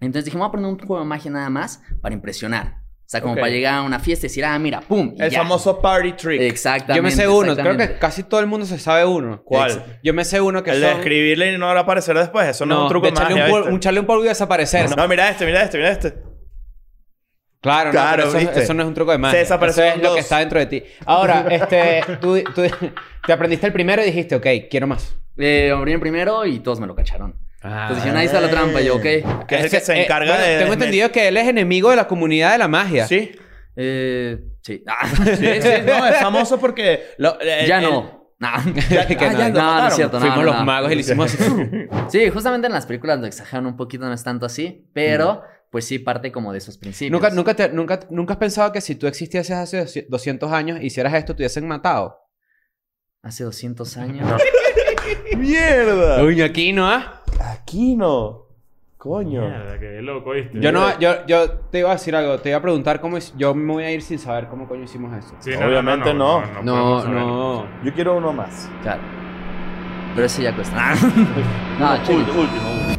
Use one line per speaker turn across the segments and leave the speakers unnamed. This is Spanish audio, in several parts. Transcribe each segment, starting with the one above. Entonces dije, me voy a poner un juego de magia nada más para impresionar. O sea, como
Ok.
para llegar a una fiesta y decir, ah, mira, pum. y
El
ya.
famoso party trick.
Exactamente.
Yo me sé uno, creo
exactamente.
que casi todo el mundo se sabe uno.
¿Cuál?
Yo me sé uno que
El de
son...
escribirle y no habrá aparecer después. Eso no, es un truco
de echarle
magia,
un, pol-
¿viste?
un echarle un polvo y desaparecer.
No, mira este, mira este, mira este.
Claro, no,
Claro,
pero eso,
¿viste?
eso no es un truco de magia.
Se desaparecieron
Eso es lo que
dos.
está dentro de ti. Ahora, este, tú, tú te aprendiste el primero y dijiste, ok, quiero más.
Eh, abrieron primero y todos me lo cacharon. Entonces dijeron, ahí está la trampa. Y yo, ok.
Que es el que
Ese-
se
eh,
encarga
bueno,
de.
Tengo entendido que él es enemigo de la comunidad de la magia.
Sí.
Eh, sí. Ah,
Sí, sí, no, es famoso porque. lo- eh, el-
ya
el-
no. Nah.
Eh, Ya- que
Ah,
no,
ya
lo
no, no
mataron.
es cierto. no,
Fuimos
no,
los
no. pues.
magos y le hicimos así.
Sí, justamente en las películas lo exageran un poquito, no es tanto así. Pero, pues sí, parte como de esos principios.
¿Nunca, nunca, te- nunca, ¿Nunca has pensado que si tú existieses hace doci- 200 años, hicieras esto, te hubiesen matado?
Hace 200 años.
¡Mierda!
Uy, aquí no, ¿ah?
Aquí no. Coño.
Mierda, qué loco, ¿viste?
Yo no, yo, yo te iba a decir algo, te iba a preguntar cómo hic- yo me voy a ir sin saber cómo coño hicimos eso.
Sí,
Obviamente no.
No,
podemos saber.
no.
Yo quiero uno más.
Claro. Pero ese ya cuesta. no, chill.
Último, último.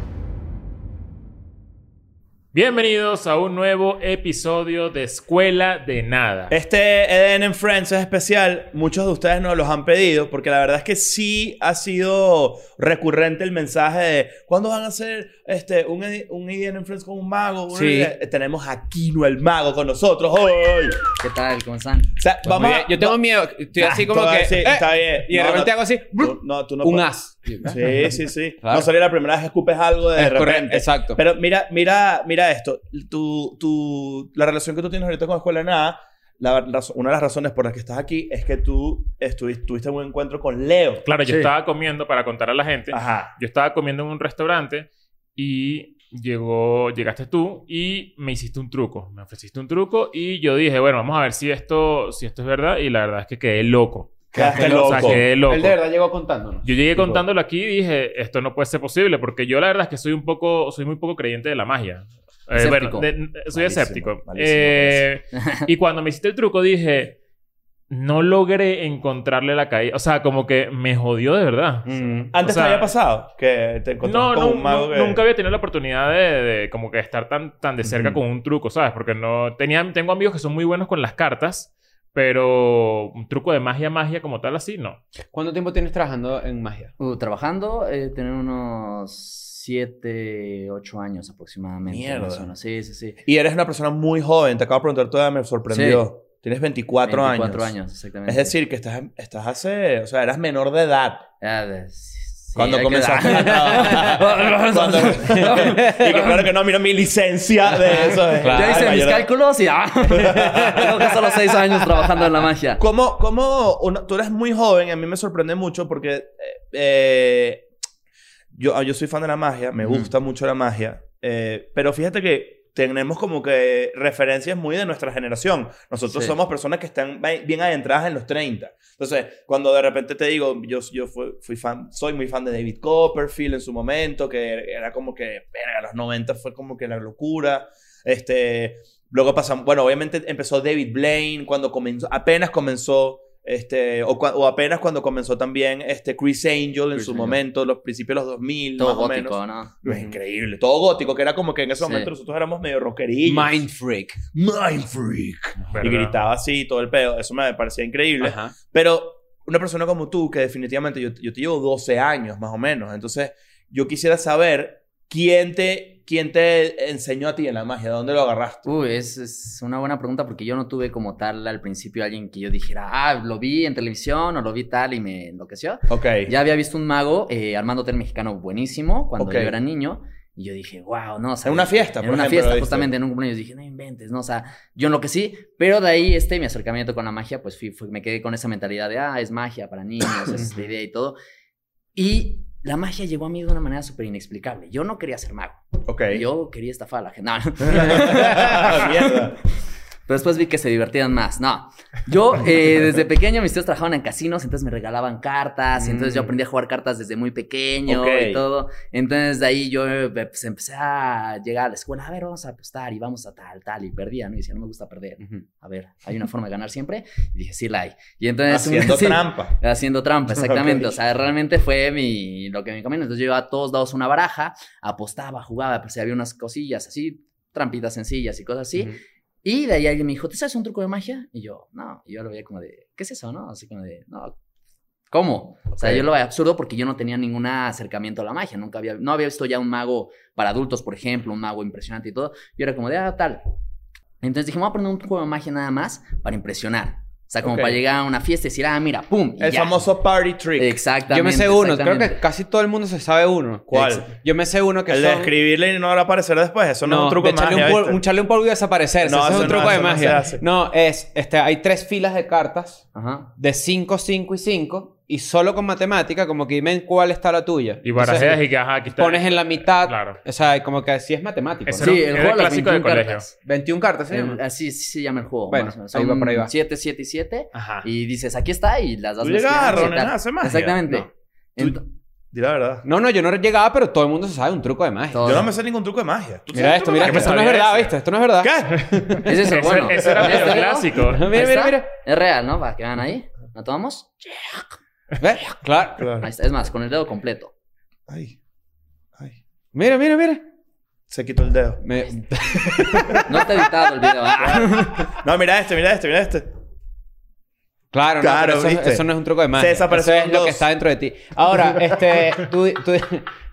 Bienvenidos a un nuevo episodio de Escuela de Nada.
Este Eden and Friends es especial. Muchos de ustedes nos los han pedido porque la verdad es que sí ha sido recurrente el mensaje de ¿cuándo van a hacer este, un, Ed- un Eden and Friends con un mago? Una
Sí.
idea. Tenemos a Kino el mago con nosotros hoy.
¿Qué tal? ¿Cómo están?
O sea,
Pues
vamos
muy
a-
bien, yo tengo
va-
miedo, estoy así
Ah,
como
todo
que...
así,
eh,
está bien.
Y de
No,
repente
no,
hago así,
tú- no, tú no
un
puedes-
as.
Sí, sí, sí.
Claro.
No sería la primera vez que escupes algo de
Es correcto,
repente.
exacto.
Pero mira, mira, mira esto. Tu, tu, la relación que tú tienes ahorita con Escuela de Nada, la razo- una de las razones por las que estás aquí es que tú estuviste, tuviste un encuentro con Leo.
Claro, yo
Sí.
estaba comiendo, para contar a la gente,
Ajá.
yo estaba comiendo en un restaurante y llegó, llegaste tú y me hiciste un truco. Me ofreciste un truco y yo dije, bueno, vamos a ver si esto, si esto es verdad. Y la verdad es que quedé loco.
Quedaste
O sea,
loco.
quedé loco.
Él de verdad llegó contándonos.
Yo llegué
Tipo,
contándolo aquí y dije, esto no puede ser posible, porque yo la verdad es que soy un poco, soy muy poco creyente de la magia. Eh,
Escéptico.
bueno, de- n- soy
Malísimo,
escéptico.
malísimo,
Eh, y cuando me hiciste el truco dije, no logré encontrarle la caída. O sea, como que me jodió de verdad.
Mm.
Antes
o sea-
te había pasado que te encontraste
No,
con
no,
un mago
nu-
que-
nunca había tenido la oportunidad de, de como que estar tan, tan de cerca
Ujú.
con un truco, ¿sabes? Porque no tenía, tengo amigos que son muy buenos con las cartas, pero un truco de magia, magia como tal así, no.
¿Cuánto tiempo tienes trabajando en magia?
Uh, trabajando, eh, tener unos 7, 8 años aproximadamente.
Mierda.
más o menos. Sí, sí, sí.
Y eres una persona muy joven. Te acabo de preguntar todavía, me sorprendió. Tienes 24,
24
años.
años, exactamente.
Es decir, que estás, estás hace... O sea, eras menor de edad.
Ah, de- sí,
Cuando
hay que
comenzaste a
dar.
trabajar. Cuando- y que claro que no, mira mi licencia de eso. de-
Claro.
Ya hice
Ay,
mis
mayor-
cálculos y ah, tengo que solo 6 años trabajando en la magia.
¿Cómo, cómo uno- tú eres muy joven, y a mí me sorprende mucho porque eh, eh, yo, yo soy fan de la magia, me
Ujú.
gusta mucho la magia, eh, pero fíjate que tenemos como que referencias muy de nuestra generación. Nosotros
Sí.
somos personas que están bi- bien adentradas en los 30. Entonces, cuando de repente te digo, yo, yo fui, fui fan, soy muy fan de David Copperfield en su momento, que era como que, verga, los 90 fue como que la locura. Este, Luego pasamos, bueno, obviamente empezó David Blaine cuando comenzó, apenas comenzó, este, o, cua- o apenas cuando comenzó también este Chris Angel en
Chris
su
Angel.
momento, los principios de los 2000,
Todo
más
gótico,
o menos.
¿no?
Es increíble, todo gótico, que era como que en ese
Sí.
momento nosotros éramos medio rockerillos.
Mind Freak.
Mind freak. Y
¿verdad?
gritaba así, todo el pedo, eso me parecía increíble.
Ajá.
Pero una persona como tú, que definitivamente yo, yo te llevo 12 años más o menos, entonces yo quisiera saber quién te, quién te enseñó a ti en la magia, ¿de dónde lo agarraste?
Uy, es, es una buena pregunta porque yo no tuve como tal al principio alguien que yo dijera, ah, lo vi en televisión o lo vi tal y me enloqueció.
Ok.
Ya había visto un mago eh, armando hotel mexicano buenísimo cuando
Ok.
yo era niño. Y yo dije, wow, no, o sea,
En una fiesta,
En
por
una
ejemplo,
fiesta,
¿viste?
justamente, en un cumpleaños. Dije, no inventes, ¿no? O sea, yo en lo que sí. Pero de ahí, este, mi acercamiento con la magia, pues fui, fui- me quedé con esa mentalidad de, ah, es magia para niños, esa es la idea y todo. Y la magia llegó a mí de una manera súper inexplicable. Yo no quería ser mago.
Ok.
Yo quería estafar a la gente. No, no.
Mierda.
Pero después vi que se divertían más. No. Yo, eh, desde pequeño, mis tíos trabajaban en casinos, entonces me regalaban cartas. y Entonces yo
Mm.
aprendí a jugar cartas desde muy pequeño
Ok.
y todo. Entonces de ahí yo eh, pues, empecé a llegar a la escuela. A ver, vamos a apostar y vamos a tal, tal. Y perdía, ¿no? Y decía, no me gusta perder. A ver, hay una forma de ganar siempre. Y dije, sí, la hay. Y entonces.
Haciendo
sí,
trampa.
Haciendo trampa, exactamente.
Ok.
O sea, realmente fue mi, lo que me camino. Entonces yo iba a todos lados una baraja, apostaba, jugaba, pues había unas cosillas así, trampitas sencillas y cosas así. Y de ahí alguien me dijo, ¿te sabes un truco de magia? Y yo, no. Y yo lo veía como de, ¿qué es eso, no? Así como de, no. ¿Cómo? O sea,
Ok.
yo lo veía absurdo porque yo no tenía ningún acercamiento a la magia. Nunca había, no había visto ya un mago para adultos, por ejemplo, un mago impresionante y todo. Yo era como de, ah, tal. Entonces dije, me voy a aprender un juego de magia nada más para impresionar. O sea, como
Ok.
para llegar a una fiesta y decir, ah, mira, pum. y
El
ya.
famoso party trick.
Exactamente.
Yo me sé uno, creo
exactamente.
que casi todo el mundo se sabe uno.
¿Cuál?
Yo me sé uno que
El
son...
de escribirle y no habrá aparecer después. Eso no, es un truco de
echarle
magia.
un,
¿viste?
polvo, echarle un polvo y desaparecerse.
No,
Ese es
eso
un
no,
truco de
eso no se
magia.
hace.
No, es, este, hay tres filas de cartas
Ajá.
de 5, 5 y 5 y solo con matemática, como que dime en cuál está la tuya.
Y barajeas
Entonces,
y que, ajá, aquí está.
pones en la mitad.
Claro.
O sea, como que así es matemático.
Ese Eh,
¿no?
era-
Sí, el
era
juego de las
clásico de
21
colegio.
cartas.
21 cartas, ¿sí?
El- así sí se llama el juego.
Bueno,
más o menos.
ahí va
Son
por ahí va.
7, 7 y 7.
Ajá.
Y dices, aquí está, y las das
Tú
Pues
llegas,
mezclando y
Ronen,
tal.
hace magia.
Exactamente.
No.
Ento-
Di la verdad.
No, no, yo no llegaba, pero todo el mundo se sabe un truco de magia.
Todo.
Yo no me sé ningún truco de magia. ¿Tú
Mira
sabes
esto,
truco de
mira,
que
esto,
magia?
no es
sabía
verdad,
eso.
¿viste? Esto no es verdad.
¿Qué?
Ese es el
Ese-
bueno.
ese era
¿Ya
medio
está?
este
clásico.
Mira,
Ahí
mira,
está.
mira.
Es real, ¿no? Para que vean ahí. ¿No tomamos?
Ve, Claro.
Claro.
Ahí está. Es más, con el dedo completo.
Ay. Ay.
Mira, mira, mira.
Se quitó el dedo.
Me-
No está editado el video. ¿eh?
No, mira este, mira este, mira este.
Claro, no,
Claro,
pero eso,
¿viste?
eso no es un truco de magia.
Se desaparecieron
Eso es lo
dos.
que está dentro de ti. Ahora, este, tú, tú-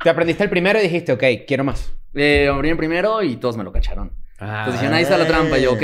te aprendiste el primero y dijiste, ok, quiero más.
Eh, abrí el primero y todos me lo cacharon.
Ah.
Entonces dijeron, ahí está la trampa. Y yo, ok,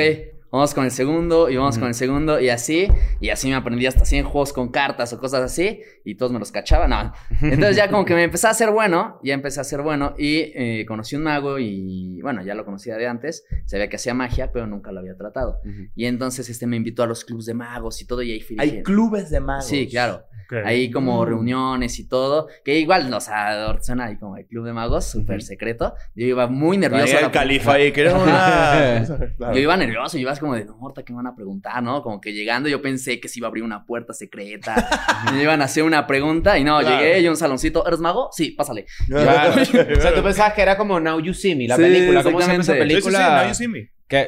vamos con el segundo y vamos con el segundo y así. Y así me aprendí hasta 100 juegos con cartas o cosas así. Y todos me los cachaban. No. Entonces ya como que me empecé a hacer bueno, ya empecé a ser bueno. Y eh, conocí un mago y bueno, ya lo conocía de antes. Sabía que hacía magia, pero nunca lo había tratado. Y entonces este me invitó a los clubs de magos y todo. Y ahí fui.
Hay
dije,
clubes de magos.
Sí, claro.
Ok.
Ahí como
Mm.
reuniones y todo. Que igual, no, o sea, suena ahí como el club de magos, súper secreto. Yo iba muy nervioso.
Ahí
a
el
la-
califa ahí, que eres una. Claro.
yo iba nervioso, yo iba como de, no, ahorita que me van a preguntar, ¿no? Como que llegando yo pensé que se iba a abrir una puerta secreta, me iban a hacer una pregunta y no,
Claro.
llegué y un saloncito, ¿eres mago? Sí, pásale.
Claro. o sea, tú pensabas que era como Now You See Me, la
Sí,
película. ¿Cómo se llama esa
exactamente.
Sí, sí, sí,
película?
Now You See Me.
que,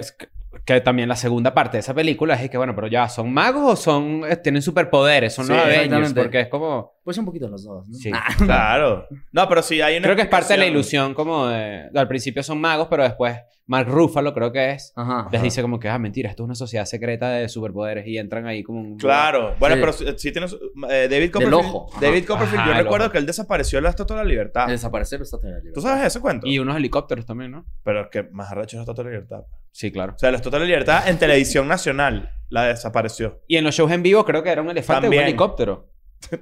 que también la segunda parte de esa película es que, bueno, pero ya, ¿son magos o son, eh, tienen superpoderes? Son
Sí,
los Avengers,
exactamente.
porque es como...
Pues un poquito los dos, ¿no?
Sí.
Ah,
Claro. No, pero sí, hay una.
Creo que es parte de la
explicación.
ilusión, como de- al principio son magos, pero después Mark Ruffalo creo que es,
Ajá.
les dice como que, ah, mentira, esto es una sociedad secreta de superpoderes y entran ahí como un...
Claro. Bueno,
Sí.
pero si, si tienes. eh, David Copperfield.
ojo. Ajá.
David Copperfield, yo
Ajá, el
recuerdo
ojo.
que él desapareció de la Estatua de la Libertad.
Desaparecer está teniendo
¿Tú sabes ese cuento?
Y unos helicópteros también, ¿no?
Pero es que más arrecho es la Estatua de la Libertad.
Sí, claro.
O sea, la Estatua de la Libertad en televisión nacional la desapareció.
Y en los shows en vivo creo que era un elefante y
También.
un helicóptero.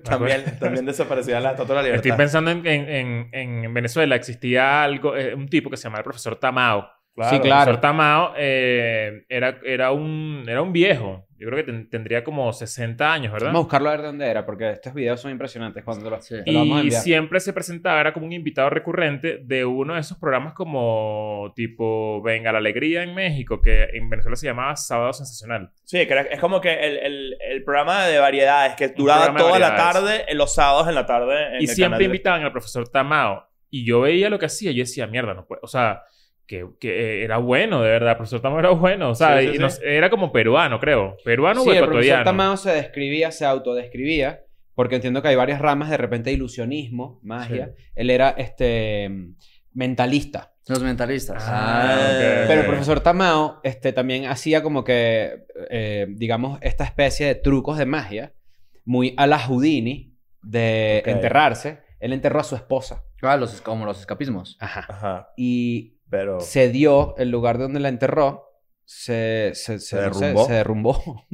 También, también desapareció la Estatua de la Libertad.
Estoy pensando en, en, en- en Venezuela existía algo, eh, un tipo que se llamaba el profesor Tamao.
Sí, claro.
El profesor Tamao eh, era, era, un, era un viejo. Yo creo que ten- tendría como 60 años, ¿verdad?
Vamos a buscarlo a ver de dónde era, porque estos videos son impresionantes cuando los...
Sí.
te los vamos a
Y
enviar.
siempre se presentaba, era como un invitado recurrente de uno de esos programas como tipo Venga la Alegría en México, que en Venezuela se llamaba Sábado Sensacional.
Sí, que era- es como que el, el, el programa de variedades que duraba
programa de
toda la
variedades.
tarde, en los sábados en la tarde. En
y
el
siempre
canal de-
invitaban al profesor Tamao. Y yo veía lo que hacía y yo decía, mierda, no puedo. O sea, que, que eh, era bueno, de verdad. El profesor Tamao era bueno. O sea,
Sí, sí,
y
sí.
no sé, era como peruano, creo. Peruano
Sí,
o
el profesor
ecuatoriano.
Tamao se describía, se autodescribía, porque entiendo que hay varias ramas, de repente ilusionismo, magia. Él era, este, mentalista.
Los mentalistas.
Ah,
ok,
Pero el
ok.
profesor Tamao este, también hacía como que, eh, digamos, esta especie de trucos de magia, muy a la Houdini, de
Ok.
enterrarse. Él enterró a su esposa.
Ah, los, como los escapismos.
Ajá.
Ajá,
Y
pero.
se dio el lugar donde la enterró. Se, se, se-
¿Se
no sé,
derrumbó?
se derrumbó.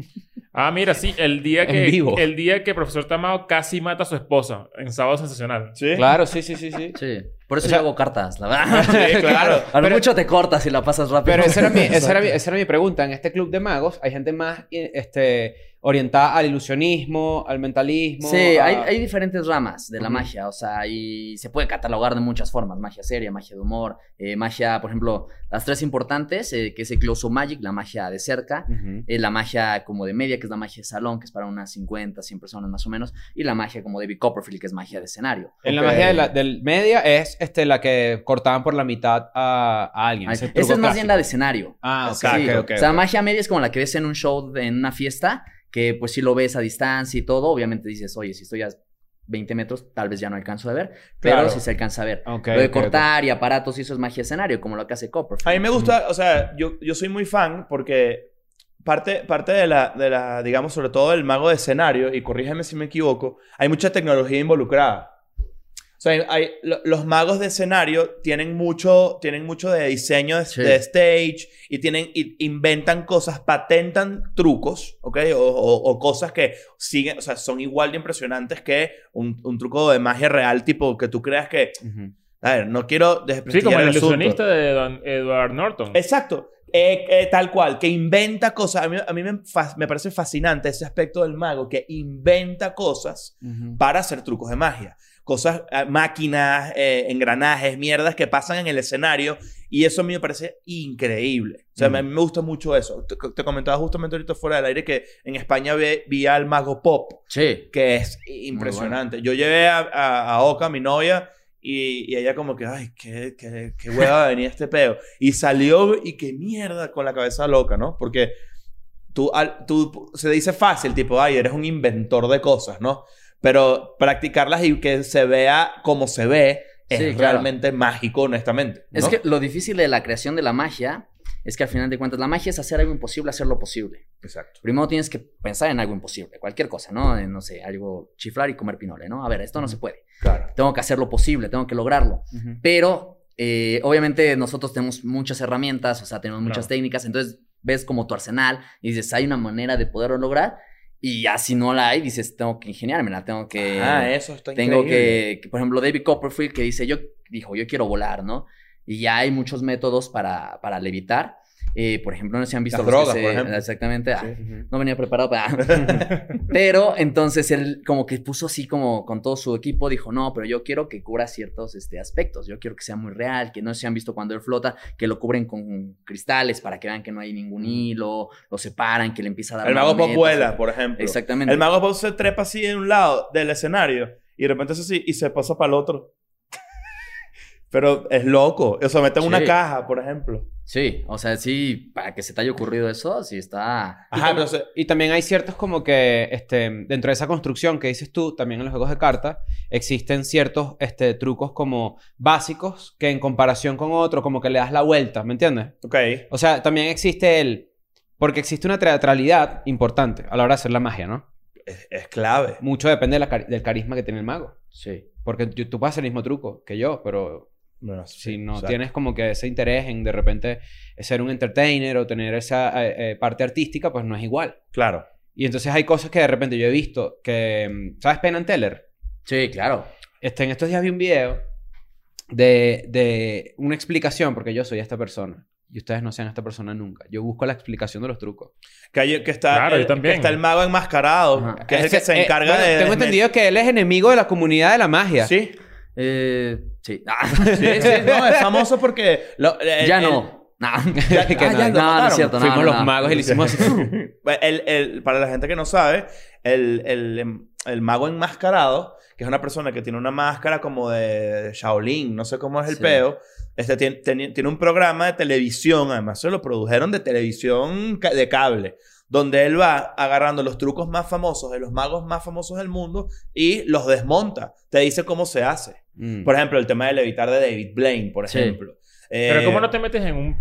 Ah, mira, sí, el día
En
que
vivo.
el día que el profesor Tamao casi mata a su esposa en Sábado Sensacional.
Sí,
Claro, sí, sí, sí, sí.
Sí. Por eso
O sea-
yo hago cartas, la verdad.
Sí, claro.
A lo mucho te cortas y la pasas rápido.
Pero esa era, mi, esa, era mi, esa era mi pregunta. En este club de magos hay gente más eh, este, orientada al ilusionismo, al mentalismo.
Sí, hay,
a-
hay diferentes ramas de la
ah, Ujú.
magia, o sea, y se puede catalogar de muchas formas, magia seria, magia de humor, eh, magia, por ejemplo, las tres importantes, eh, que es el Close Magic, la magia de cerca,
Ujú.
eh, la magia como de media, que es la magia de salón, que es para unas 50, 100 personas más o menos, y la magia como David Copperfield, que es magia de escenario.
En la
Ok.
magia de la- del media es este, la que cortaban por la mitad a, a alguien.
Ay,
ese
Esa
truco
es más bien
clásico.
la de escenario.
Ah, ok,
Sí,
ok, ok,
o sea,
ok.
magia media es como la que ves en un show, de- en una fiesta, que pues si lo ves a distancia y todo, obviamente dices, oye, si estoy a 20 metros, tal vez ya no alcanzo a ver, pero
Claro.
si se alcanza a ver.
Ok,
lo de
ok, ok.
cortar y aparatos y eso es magia de escenario, como lo que hace Copper.
A mí me gusta, o sea, yo, yo soy muy fan porque parte, parte de, la, de la, digamos, sobre todo del mago de escenario, y corrígeme si me equivoco, hay mucha tecnología involucrada. O sea, hay- hay- lo- los magos de escenario tienen mucho, tienen mucho de diseño de,
Sí.
de stage y tienen, y inventan cosas, patentan trucos, ¿ok? O, o- o cosas que siguen, o sea, son igual de impresionantes que un, un truco de magia real, tipo que tú creas que,
Ujú.
a ver, no quiero
Sí,
desprestigiar
como el
el asunto.
ilusionista de Don- Edward Norton.
Exacto. Eh, eh, tal cual, que inventa cosas. A mí, a mí me, fa- me parece fascinante ese aspecto del mago, que inventa cosas
Ujú.
para hacer trucos de magia. Cosas, eh, máquinas, eh, engranajes, mierdas que pasan en el escenario. Y eso a mí me parece increíble. O sea,
Mm.
me- me gusta mucho eso. Te, te comentaba justamente ahorita fuera del aire que en España ve, vi al mago pop
Sí.
que es impresionante. Yo llevé a, a, a Oka, mi novia, y, y ella como que, ay, qué, qué, qué hueva venía este peo. Y salió y qué mierda con la cabeza loca, ¿no? Porque tú, al- tú se dice fácil, tipo, ay, eres un inventor de cosas, ¿no? Pero practicarlas y que se vea como se ve es
Sí, claro.
realmente mágico, honestamente.
Es
¿no?
que lo difícil de la creación de la magia es que al final de cuentas la magia es hacer algo imposible, hacerlo posible.
Exacto.
Primero tienes que pensar en algo imposible, cualquier cosa, ¿no? En, no sé, algo chiflar y comer pinole, ¿no? A ver, esto no se puede.
Claro.
Tengo que hacerlo posible, tengo que lograrlo.
Ujú.
Pero eh, obviamente nosotros tenemos muchas herramientas, o sea, tenemos muchas
Claro.
técnicas, entonces ves como tu arsenal y dices, hay una manera de poderlo lograr. Y ya si no la hay, dices, tengo que ingeniármela, tengo que...
ah, eso está
tengo
increíble.
que, que, por ejemplo, David Copperfield que dice, yo, dijo, yo quiero volar, ¿no? Y ya hay muchos métodos para, para levitar. Eh, por ejemplo, no se han visto
Las
que
drogas,
se-
por ejemplo.
Exactamente. ah,
Ujú.
no venía preparado para... pero entonces él como que puso así como con todo su equipo, dijo, no, pero yo quiero que cubra ciertos este, aspectos, yo quiero que sea muy real, que no se han visto cuando él flota, que lo cubren con cristales para que vean que no hay ningún hilo, lo separan, que le empieza a dar...
El mago pop
marometas.
vuela, por ejemplo.
Exactamente.
El mago Bob se trepa así de un lado del escenario y de repente hace así y se pasa para el otro. Pero es loco. O sea, meten una
Sí.
caja, por ejemplo.
Sí, o sea, sí, para que se te haya ocurrido eso, sí está...
Ajá, pero se-
Y también hay ciertos como que este, dentro de esa construcción que dices tú, también en los juegos de cartas, existen ciertos este, trucos como básicos que en comparación con otro como que le das la vuelta, ¿me entiendes?
Ok.
O sea, también existe el... Porque existe una teatralidad importante a la hora de hacer la magia, ¿no?
Es, es clave.
Mucho depende de la cari- del carisma que tiene el mago.
Sí.
Porque tú, tú puedes hacer el mismo truco que yo, pero
Bueno,
si
sí,
no
exacto.
tienes como que ese interés en de repente ser un entertainer o tener esa eh, eh, parte artística, pues no es igual.
Claro.
Y entonces hay cosas que de repente yo he visto que... mm, ¿Sabes Penn and Teller?
Sí, claro.
Este, en estos días vi un video de, de una explicación, porque yo soy esta persona. Y ustedes no sean esta persona nunca. Yo busco la explicación de los trucos.
Que, hay- que está,
Claro,
el,
yo también.
que está el mago enmascarado,
Ajá.
que es el
Ese-
que se
eh,
encarga
bueno,
de.
Tengo entendido que él es enemigo de la comunidad de la magia.
Sí.
Eh, sí. Ah,
Sí, sí. No, es famoso porque. lo- el-
ya
el-
no. No.
Ya-
Que
ah,
no, no, no
ya lo
es
mataron.
cierto. No,
Fuimos
no,
los
no.
magos y le hicimos así.
Pues, El- el- para la gente que no sabe, el, el- em, el mago enmascarado, que es una persona que tiene una máscara como de Shaolin, no sé cómo es el
Sí.
peo, este, tiene, tiene- tiene un programa de televisión, además se lo produjeron de televisión ca- de cable, donde él va agarrando los trucos más famosos de los magos más famosos del mundo y los desmonta, te dice cómo se hace.
Mm.
Por ejemplo, el tema del levitar de David Blaine, por
Sí.
ejemplo.
Pero
Eh,
¿cómo no te metes en un,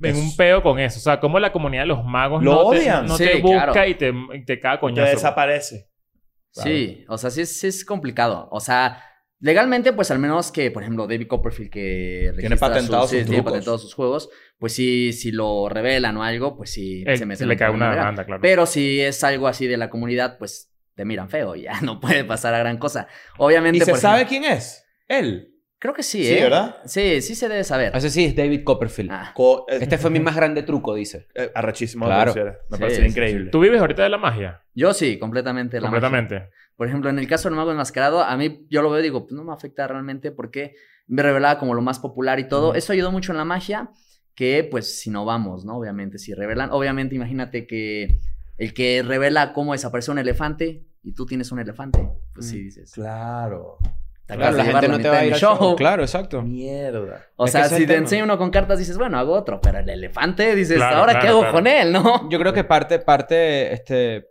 en
es-
un peo con eso? O sea, ¿cómo la comunidad de los magos
Lo
no
odian.
te, no
Sí,
te busca
claro.
y te, y te caga
te
coñazo?
desaparece?
Sí, o sea, sí, es- sí es complicado. O sea, legalmente, pues al menos que, por ejemplo, David Copperfield que registra
patentados
sí,
sus
tiene
trucos.
patentados sus juegos, pues sí, si lo revelan o algo, pues sí
Eh,
Él-
meten
se le
en
cae
problema
una
legal.
demanda, claro.
Pero si es algo así de la comunidad, pues te miran feo y ya no puede pasar a gran cosa. Obviamente,
¿Y se
por
sabe
ejemplo-
quién es? Él.
Creo que sí,
Sí,
¿eh?
¿verdad?
Sí, sí se debe saber.
Ese sí es David Copperfield.
Ah,
Co- eh,
Este fue mi más grande truco, dice.
eh, arrechísimo.
Claro.
Me pareciera. Me
Sí,
pareciera
sí,
increíble.
¿Tú vives ahorita de la magia?
yo sí, completamente. la magia.
Completamente.
Por ejemplo, en el caso del mago enmascarado, a mí yo lo veo y digo, pues no me afecta realmente porque me revelaba como lo más popular y todo.
Ujú.
Eso ayudó mucho en la magia, que pues si no vamos, ¿no? Obviamente, si revelan, obviamente imagínate que el que revela cómo desapareció un elefante y tú tienes un elefante, pues sí
Mm,
dices.
Claro.
te
Claro,
acabas
la
de
gente
llevar
no te
mitad
va a
de
ir
mi
al show. Claro, exacto.
Mierda.
O
Es que
sea,
ese es
si
el
te
tema.
enseña uno con cartas, dices, bueno, hago otro, pero el elefante, dices,
Claro,
¿ahora
claro,
qué hago
claro.
con él, no?
Yo creo que parte, parte, este,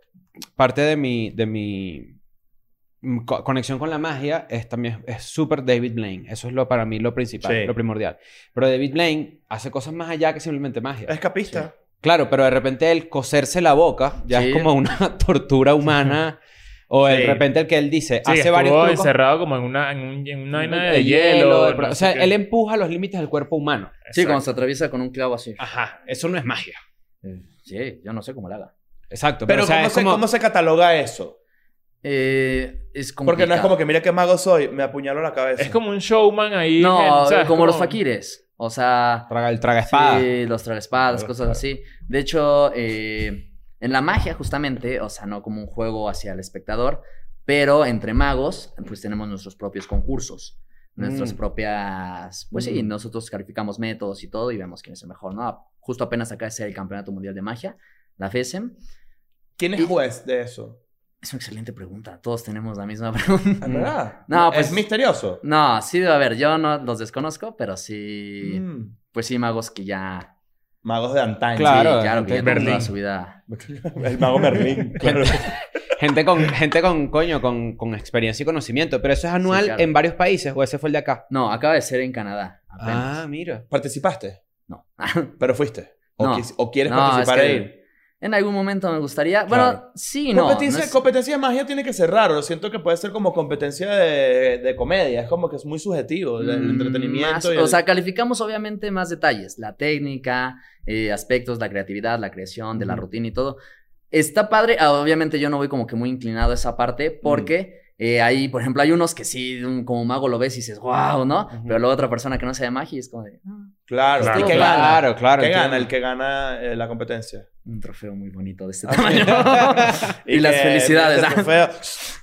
parte de mi, de mi mm, co- conexión con la magia es también es súper David Blaine. Eso es lo para mí lo principal,
Sí.
lo primordial. Pero David Blaine hace cosas más allá que simplemente magia.
Escapista.
Claro, pero de repente el coserse la boca ya
Sí.
es como una tortura humana. O de
Sí.
repente el que él dice,
Sí,
hace
estuvo
varios trucos.
encerrado como en una, en un- en una vaina de,
de
hielo.
de-
no
o
sé
sea,
qué.
em-
él empuja los límites del cuerpo humano.
Sí,
Exacto.
cuando se atraviesa con un clavo así.
Ajá, eso no es magia.
Eh, Sí, yo no sé cómo la haga.
Exacto.
Pero,
o sea,
¿cómo,
es
se,
como-
¿cómo se cataloga eso?
Eh, es complicado.
Porque no es como que mira qué mago soy, me apuñaló la cabeza.
Es como un showman ahí.
No,
o sea, es
como, los faquires. O sea,
Traga, el traga espada.
sí, los tragaespadas,
Claro,
cosas
claro.
así. De hecho, eh, en la magia, justamente, o sea, no como un juego hacia el espectador, pero entre magos, pues tenemos nuestros propios concursos. Nuestras
Mm.
propias. Pues sí,
Mm.
nosotros calificamos métodos y todo y vemos quién es el mejor, ¿no? Justo apenas acá es el Campeonato Mundial de Magia, la E FESEM.
¿Quién es juez de eso?
Es una excelente pregunta. Todos tenemos la misma pregunta.
¿Es verdad?
No, pues-
Es misterioso.
No, sí debe haber. Yo no los desconozco, pero sí.
Mm.
Pues sí, magos que ya.
Magos de antaño.
Claro,
sí, claro, que ya
entiendo.
con toda
Berlín.
su vida.
El mago Merlín. claro.
Gente con, gente con coño, con, con experiencia y conocimiento. Pero eso es anual
Sí, claro.
en varios países, o ese fue el de acá.
No, acaba de ser en Canadá. Apenas.
Ah, mira.
¿Participaste?
No.
¿Pero fuiste? ¿O,
No.
quis- o quieres
No,
participar
es
e
que-
ir?
En algún momento me gustaría.
Claro.
Bueno, sí, y no. no
competencia,
es-
competencia de magia tiene que ser raro. Lo siento que puede ser como competencia de, de comedia. Es como que es muy subjetivo el, el
Mm,
entretenimiento.
más-
y el-
O sea, calificamos obviamente más detalles, la técnica, eh, aspectos, la creatividad, la creación de la
Ujú.
rutina y todo. Está padre, ah, obviamente yo no voy como que muy inclinado a esa parte
Mm.
porque eh, ahí, por ejemplo, hay unos que sí, un- como mago lo ves y dices, wow, ¿no?
Ujú.
Pero luego otra persona que no sea de magia y es como de, "Ah,
claro,
Claro,
¿Y qué
claro.
gana?
Claro, claro.
¿Qué gana el
entiendo.
que gana eh, la competencia?
un trofeo muy bonito de este
Ah,
tamaño. Y las
que-
felicidades,
ese
¿ah?
trofeo,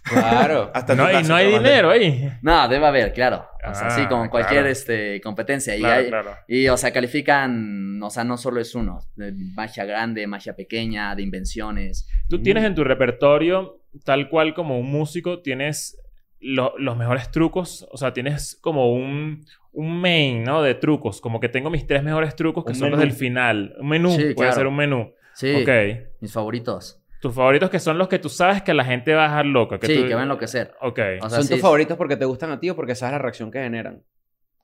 Claro.
hasta tu
No, hay-
casa
no
te
hay
lo mandé.
dinero ahí.
no, debe haber, claro. O sea, sí,
Ah,
como en cualquier
claro.
este, competencia. Y,
Claro,
hay-
claro.
y, o sea, califican, o sea, no solo es uno, de magia grande, magia pequeña, de invenciones.
Tú tienes en tu repertorio, tal cual como un músico, tienes lo- los mejores trucos. O sea, tienes como un, un main, ¿no? De trucos. Como que tengo mis tres mejores trucos que
Un
son los
menú.
del final. Un menú.
Sí,
Puede
claro.
ser un menú.
Sí,
Ok.
mis favoritos.
Tus favoritos que son los que tú sabes que la gente va a dejar loca. Que
sí,
tú-
que va a enloquecer.
Ok.
O sea,
Son
sí
tus
es-
favoritos porque te gustan a ti o porque sabes la reacción que generan.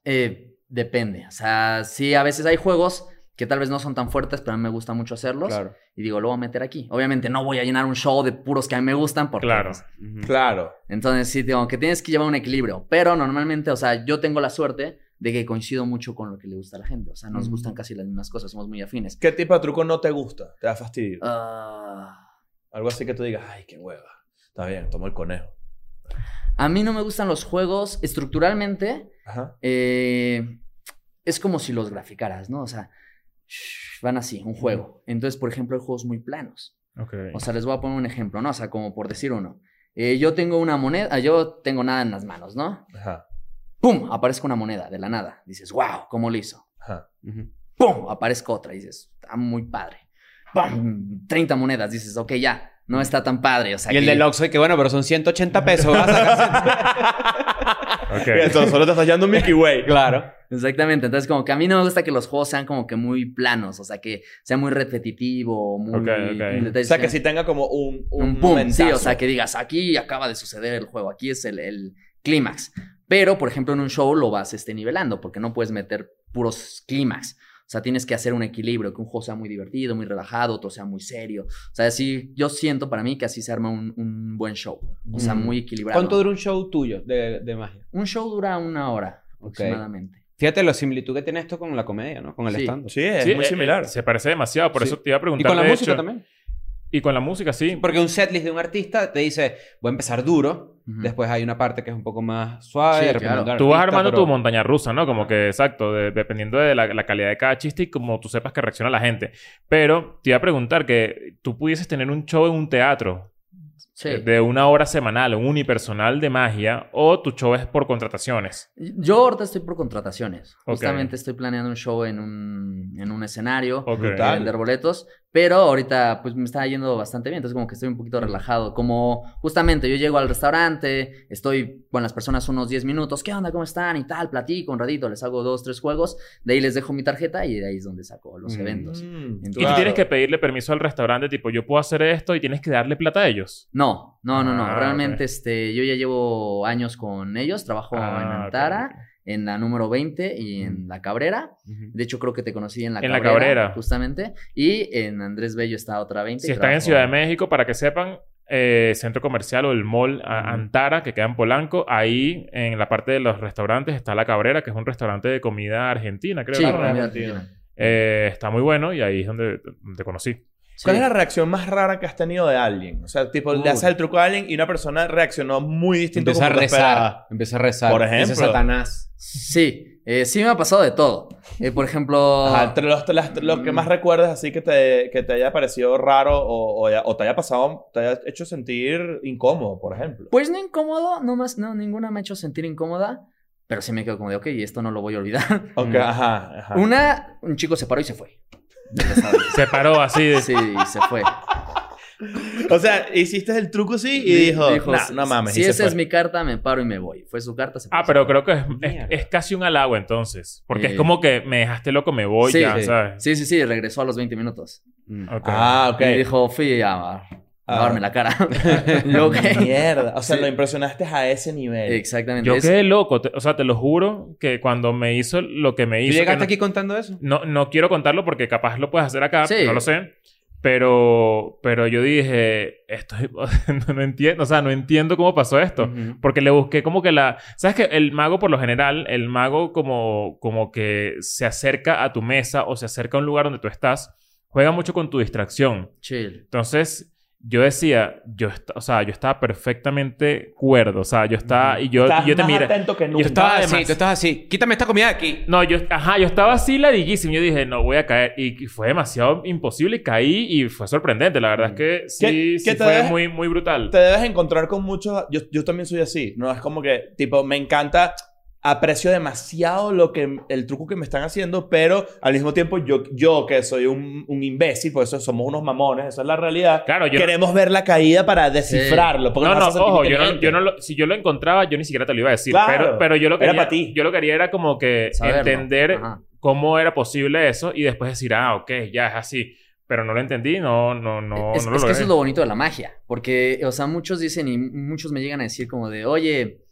eh, depende. O sea, sí, a veces hay juegos que tal vez no son tan fuertes, pero a mí me gusta mucho hacerlos.
Claro.
Y digo, lo voy a meter aquí. Obviamente no voy a llenar un show de puros que a mí me gustan. Porque, pues,
Claro.
Ujú.
Claro.
Entonces, sí, digo, que tienes que llevar un equilibrio. Pero normalmente, o sea, yo tengo la suerte de que coincido mucho con lo que le gusta a la gente. O sea, nos
Ujú.
gustan casi las mismas cosas, somos muy afines.
¿Qué tipo de truco no te gusta? ¿Te da fastidio?
Ah,
Algo así que tú digas, ay, qué hueva. Está bien, tomo el conejo.
a mí no me gustan los juegos estructuralmente.
Ajá.
eh, es como si los graficaras, ¿no? O sea, shh, van así, un juego. Entonces, por ejemplo, hay juegos muy planos.
Ok.
O sea, les voy a poner un ejemplo, ¿no? O sea, como por decir uno. Eh, yo tengo una moneda, ah, yo tengo nada en las manos, ¿no?
Ajá.
¡Pum! Aparezco una moneda de la nada. Dices, wow, ¿cómo lo hizo?
Ajá.
Ujú.
¡Pum! Aparezco otra. Y dices, está muy padre. ¡Pum! 30 monedas. Dices, ok, ya. No está tan padre. O sea,
Y el
que-
del Oxxo, y que bueno, pero son 180 pesos. vas a sacar-
ok.
Entonces, solo te estás yendo un Mickey Way.
claro.
Exactamente. Entonces, como que a mí no me gusta que los juegos sean como que muy planos. O sea, que sea muy repetitivo. Muy.
Ok, ok.
detalles
O sea, que
sean-
si tenga como un, un,
un boom. Sí, o
momentazo.
sea, que digas, aquí acaba de suceder el juego, aquí es el, el clímax. Pero, por ejemplo, en un show lo vas este, nivelando, porque no puedes meter puros clímax. O sea, tienes que hacer un equilibrio, que un juego sea muy divertido, muy relajado, otro sea muy serio. O sea, sí, yo siento para mí que así se arma un, un buen show. O sea,
Mm.
muy equilibrado.
¿Cuánto dura un show tuyo de, de magia?
Un show dura una hora aproximadamente.
Fíjate la similitud que tiene esto con la comedia, ¿no? Con el
Sí.
stand
Sí, es
Sí,
muy
eh,
similar.
eh, se parece demasiado, por
Sí.
eso te iba a
Y
preguntar.
con la
de
música
hecho,
también.
Y con la música, sí.
Porque un setlist de un artista te dice, voy a empezar duro,
Ujú.
después hay una parte que es un poco más suave.
Sí,
de repente
claro.
un
Tú vas
artista,
armando
pero- Ah.
tu montaña rusa, ¿no? Como que, exacto, de- dependiendo de la, la calidad de cada chiste y como tú sepas que reacciona la gente. Pero te iba a preguntar que tú pudieses tener un show en un teatro eh,
Sí.
de una hora semanal, un unipersonal de magia, o tu show es por contrataciones.
Yo ahorita estoy por contrataciones.
Ok.
Justamente estoy planeando un show en un, en un escenario.
Ok.
de
Brutal.
vender boletos, pero ahorita pues me está yendo bastante bien, entonces como que estoy un poquito relajado, como justamente yo llego al restaurante, estoy con las personas unos 10 minutos, ¿qué onda? ¿Cómo están? Y tal, platico un ratito, les hago dos, tres juegos, de ahí les dejo mi tarjeta y de ahí es donde saco los
Mm.
eventos. Y
Mm,
tú
eh, Y tú
claro.
tienes que pedirle permiso al restaurante, tipo, yo puedo hacer esto y tienes que darle plata a ellos.
No, no, no, no,
Ah,
realmente
ok.
este, yo ya llevo años con ellos, trabajo en
Ah, ok,
Antara,
ok. Mm.
en la número 20 y en la Cabrera,
Ujú.
de hecho creo que te conocí en la
En la
Cabrera.
Cabrera.
Justamente, y en Andrés Bello está otra 20.
Si
y
están en
trabajo-
Ciudad de México, para que sepan, eh, centro comercial o el mall a-
Ujú.
Antara, que queda en Polanco, ahí en la parte de los restaurantes está La Cabrera, que es un restaurante de comida argentina, creo.
Sí,
¿no?
comida
Argentina.
argentina.
Eh, está muy bueno y ahí es donde te conocí.
¿Cuál
Sí.
es la reacción más rara que has tenido de alguien? O sea, tipo,
Uy.
le haces el truco a alguien y una persona reaccionó muy distinto
Empieza a
como tú
rezar.
esperabas.
Empieza a rezar.
Por
Ese
ejemplo.
Satanás.
Sí, eh, sí me ha pasado de todo. Eh, por ejemplo,
Ajá, entre los, las- lo que más
Mm.
recuerdas así que te, que te haya parecido raro o, o, haya- o te haya pasado, te haya hecho sentir incómodo, por ejemplo.
pues no incómodo, no más, no, ninguna me ha hecho sentir incómoda, pero sí me quedo como de, ok, esto no lo voy a olvidar.
Ok,
Mm.
ajá, ajá.
Una, un chico se paró y se fue. Ya sabes.
Se paró así de...
Sí, se fue.
O sea, hiciste el truco sí y dijo, "Nah, no mames.
Si
y se
esa
fue.
es mi carta, me paro y me voy. Fue su carta, se
Ah,
fue.
pero creo que es, es-
Mierda.
es casi un halago entonces. Porque es
Eh.
como que me dejaste loco, me voy
Sí,
ya,
sí.
¿sabes?
Sí, sí, sí, regresó a los 20 minutos.
Ok.
Ah, ok.
Y dijo, fui a, a
Ah.
lavarme la cara. Yo, ok.
Mierda. O sea,
Sí.
lo impresionaste a ese nivel.
Exactamente.
Yo
Es-
quedé loco. te- o sea, te lo juro que cuando me hizo lo que me
¿Tú
hizo... que
llegaste
no-
aquí contando eso?
No, no quiero contarlo porque capaz lo puedes hacer acá,
Sí.
no lo sé. Pero, pero yo dije, esto no, no entiendo, o sea, no entiendo cómo pasó esto.
Ujú.
Porque le busqué como que la... ¿Sabes que El mago, por lo general, el mago como, como que se acerca a tu mesa o se acerca a un lugar donde tú estás, juega mucho con tu distracción.
Chill.
Entonces, yo decía, yo, est- o sea, yo estaba perfectamente cuerdo, o sea, yo estaba... Y yo,
Estás
y yo te
más
mira...
atento que
Yo
nunca.
estaba
Ah,
Estás
de
así,
más.
tú estás así. Quítame esta comida de aquí.
No, yo, ajá, yo estaba así ladillísimo. Yo dije, no voy a caer. Y fue demasiado imposible y caí y fue sorprendente. La verdad es que sí,
¿Qué-
sí
qué te
fue
deja-
muy, muy brutal.
Te debes encontrar con muchos... Yo, yo también soy así. No, es como que, tipo, me encanta... Aprecio demasiado lo que, el truco que me están haciendo, pero al mismo tiempo yo, yo que soy un, un imbécil, por eso somos unos mamones, esa es la realidad.
Claro, yo-
Queremos ver la caída para descifrarlo. porque
No,
nos
no,
hace sentir
ojo, yo no,
inteligentes.
yo no lo- si yo lo encontraba, yo ni siquiera te lo iba a decir.
Claro,
pero, pero yo lo
era
quería.
pa' ti.
Yo lo que haría era como que
Saberlo.
entender
Ajá.
cómo era posible eso y después decir, ah, ok, ya es así. Pero no lo entendí, no, no, no,
es,
no lo
es que eso
logré.
es lo bonito de la magia, porque, o sea, muchos dicen y muchos me llegan a decir como de, oye,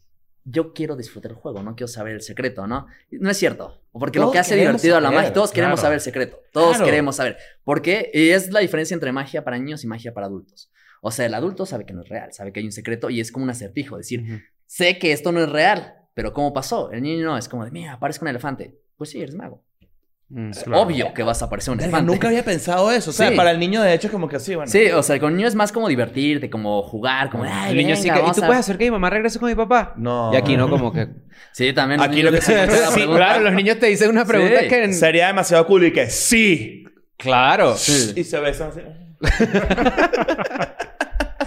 yo quiero disfrutar el juego, no quiero saber el secreto, ¿no? No es cierto, porque lo
Todos
que hace
queremos
divertido a la
saber,
magia, todos queremos
claro.
saber el secreto, todos
Claro.
queremos saber, porque es la diferencia entre magia para niños y magia para adultos. O sea, el adulto sabe que no es real, sabe que hay un secreto y es como un acertijo, decir, sé que esto no es real, pero ¿cómo pasó? El niño no, es como de, mira, aparezco un elefante. Pues sí, eres mago.
Mm.
Claro.
Obvio que vas a aparecer un
Verga,
elefante.
nunca había pensado eso. O sea,
Sí.
para el niño, de hecho, es como que sí, bueno.
Sí, o sea, con niños es más como divertirte, como jugar, como... "Ay,
El niño sí
venga,
que... ¿Y
vamos
tú
a-
puedes hacer que mi mamá regrese con mi papá?
No.
Y aquí no, como que...
Sí, también.
Aquí lo que
se
se-
la
sí,
pregunta.
claro, los niños te dicen unas preguntas
Sí.
que...
Sería demasiado cool y que sí.
Claro.
Sí.
Y se besan así.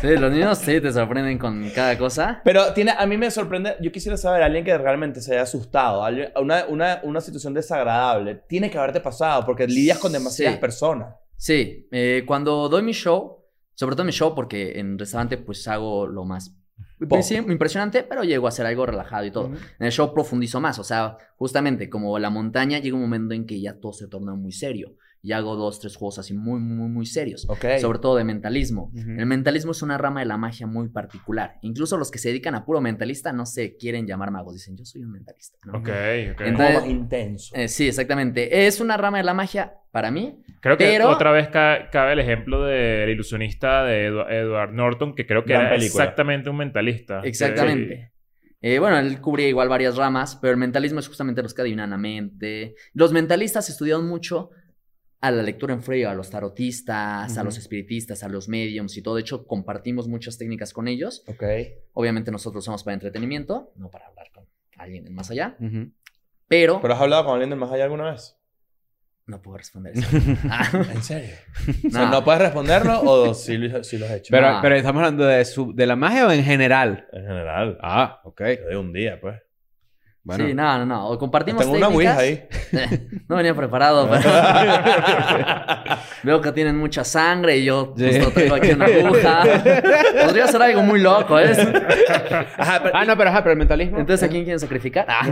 Sí, los niños sí te sorprenden con cada cosa.
Pero tiene, a mí me sorprende, yo quisiera saber, alguien que realmente se haya asustado, alguien- una, una, una situación desagradable, tiene que haberte pasado porque lidias con demasiadas
Sí.
personas.
Sí, eh, cuando doy mi show, sobre todo mi show, porque en restaurante pues hago lo más pues,
Pop.
sí, impresionante, pero llego a hacer algo relajado y todo. En el show profundizo más, o sea, justamente como la montaña llega un momento en que ya todo se torna muy serio. Y hago dos, tres juegos así muy, muy, muy serios.
Ok.
Sobre todo de mentalismo.
Ujú.
El mentalismo es una rama de la magia muy particular. Incluso los que se dedican a puro mentalista no se quieren llamar magos. Dicen, yo soy un mentalista. ¿no?
Ok, ok.
Entonces-
Como más intenso.
Eh, sí, exactamente. Es una rama de la magia para mí.
creo que
pero-
otra vez ca- cabe el ejemplo del ilusionista de Edu- Edward Norton, que creo que
Gran
era
película.
exactamente un mentalista.
Exactamente. Eh, bueno, él cubría igual varias ramas, pero el mentalismo es justamente los que adivinan la mente. Los mentalistas estudiaron mucho a la lectura en frío, a los tarotistas, a los espiritistas, a los mediums y todo. De hecho, compartimos muchas técnicas con ellos.
Ok.
Obviamente nosotros somos para entretenimiento, no para hablar con alguien del más allá.
Ujú.
Pero,
¿Pero has hablado con alguien del más allá alguna vez?
no puedo responder eso. Ah,
¿En serio?
no.
O
Ah.
sea, ¿No puedes responderlo o sí, lo- sí lo has hecho?
Pero,
No.
pero estamos hablando de, su, de la magia o en general.
En general.
Ah, ok.
Yo de un día, pues.
Bueno.
Sí, no, no, no. O compartimos
Ah, Tengo una Ouija
técnicas.
ahí.
no venía preparado. para- Veo que tienen mucha sangre y yo
Sí.
justo pues, tengo aquí una aguja. Podría ser algo muy loco, ¿eh?
Ajá, pero-
Ah, no, pero, ajá, pero el mentalismo.
Entonces, ¿a quién quieren sacrificar? Ah.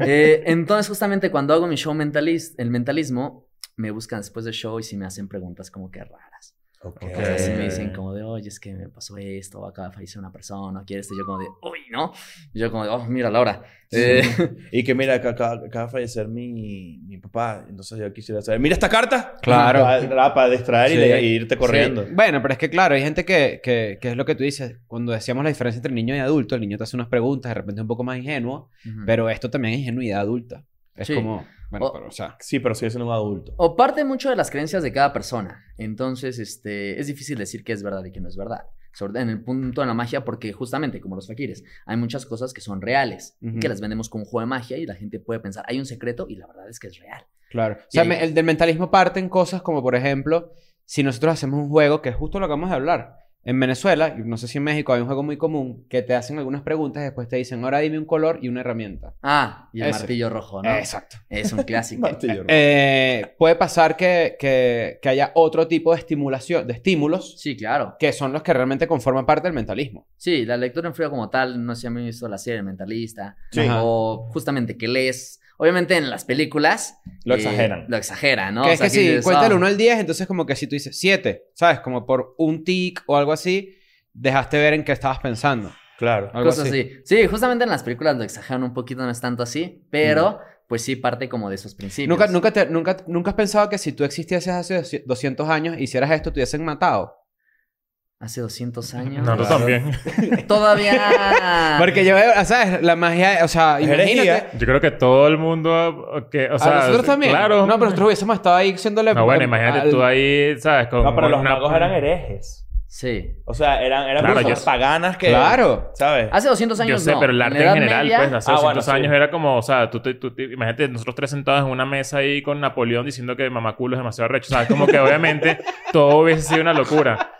Eh, entonces, justamente cuando hago mi show mentalis- el mentalismo, me buscan después del show y si me hacen preguntas como que raras.
Ok.
O sea, si me dicen como de, oye, es que me pasó esto, o acaba de fallecer una persona, o quiere esto, y yo como de, uy, ¿no? Y yo como de, oh, mira la hora. Eh,
Y que mira, que acaba, acaba de fallecer mi, mi papá. Entonces yo quisiera saber. Mira esta carta.
Claro.
Para, para distraer y,
Sí.
le- y irte corriendo.
Sí. Bueno, pero es que claro, hay gente que, que, que es lo que tú dices. Cuando decíamos la diferencia entre niño y adulto, el niño te hace unas preguntas, de repente un poco más ingenuo,
ujú.
pero esto también es ingenuidad adulta. Es
Sí.
como, bueno,
O-
pero, o sea,
Sí, pero sigue siendo un adulto.
O parte mucho de las creencias de cada persona. Entonces, este, es difícil decir qué es verdad y qué no es verdad. Sobre todo en el punto de la magia, porque justamente, como los fakires, hay muchas cosas que son reales,
Ujú.
que las vendemos con un juego de magia y la gente puede pensar, hay un secreto y la verdad es que es real.
claro. O sea,
Y-
me- el del mentalismo parten cosas como, por ejemplo, si nosotros hacemos un juego, que es justo lo que acabamos de hablar. En Venezuela, y no sé si en México, hay un juego muy común que te hacen algunas preguntas y después te dicen, ahora dime un color y una herramienta.
Ah, y el
Ese.
martillo rojo, ¿no?
Exacto.
Es un clásico.
Martillo, ¿no?
Eh, puede pasar que, que- que haya otro tipo de estimulación, de estímulos,
sí, claro.
que son los que realmente conforman parte del mentalismo.
Sí, la lectura en frío como tal, no sé si han visto la serie El Mentalista,
Sí.
Ajá.
o justamente que lees. Obviamente en las películas...
Lo
eh,
exageran.
Lo exageran, ¿no?
que
O
es
sea,
que si
dices,
cuenta
"Ah,
del 1 al 10, entonces como que si tú dices 7, ¿sabes? Como por un tic o algo así, dejaste ver en qué estabas pensando.
Claro.
Algo
cosas así. Sí, justamente en las películas lo exageran un poquito, no es tanto así, pero pues sí parte como de esos principios.
¿Nunca, nunca, te- nunca, ¿Nunca has pensado que si tú existieses hace doci- 200 años, hicieras esto, te hubiesen matado?
Hace 200 años.
Nosotros
Claro.
también.
Todavía.
Porque yo veo, ¿sabes? La magia, o sea,
Es
imagínate.
herejía.
Yo creo que todo el mundo. Que, o
a
sea,
nosotros también.
Claro.
No, pero nosotros hubiésemos estado ahí siéndole...
No, bueno, imagínate
al-
tú ahí, ¿sabes? Con
No, pero los
una-
magos eran herejes.
Sí.
O sea, eran, eran
Claro,
personas
yo-
paganas que.
Claro.
¿Sabes?
Hace 200
Yo
años.
sé,
no.
pero el arte
la
en
Edad
general,
Media,
pues, hace
Ah,
200
bueno, sí.
años era como, o sea, tú, te- tú te- imagínate nosotros tres sentados en una mesa ahí con Napoleón diciendo que mamaculo es demasiado recho. O sea, es como que obviamente todo hubiese sido una locura.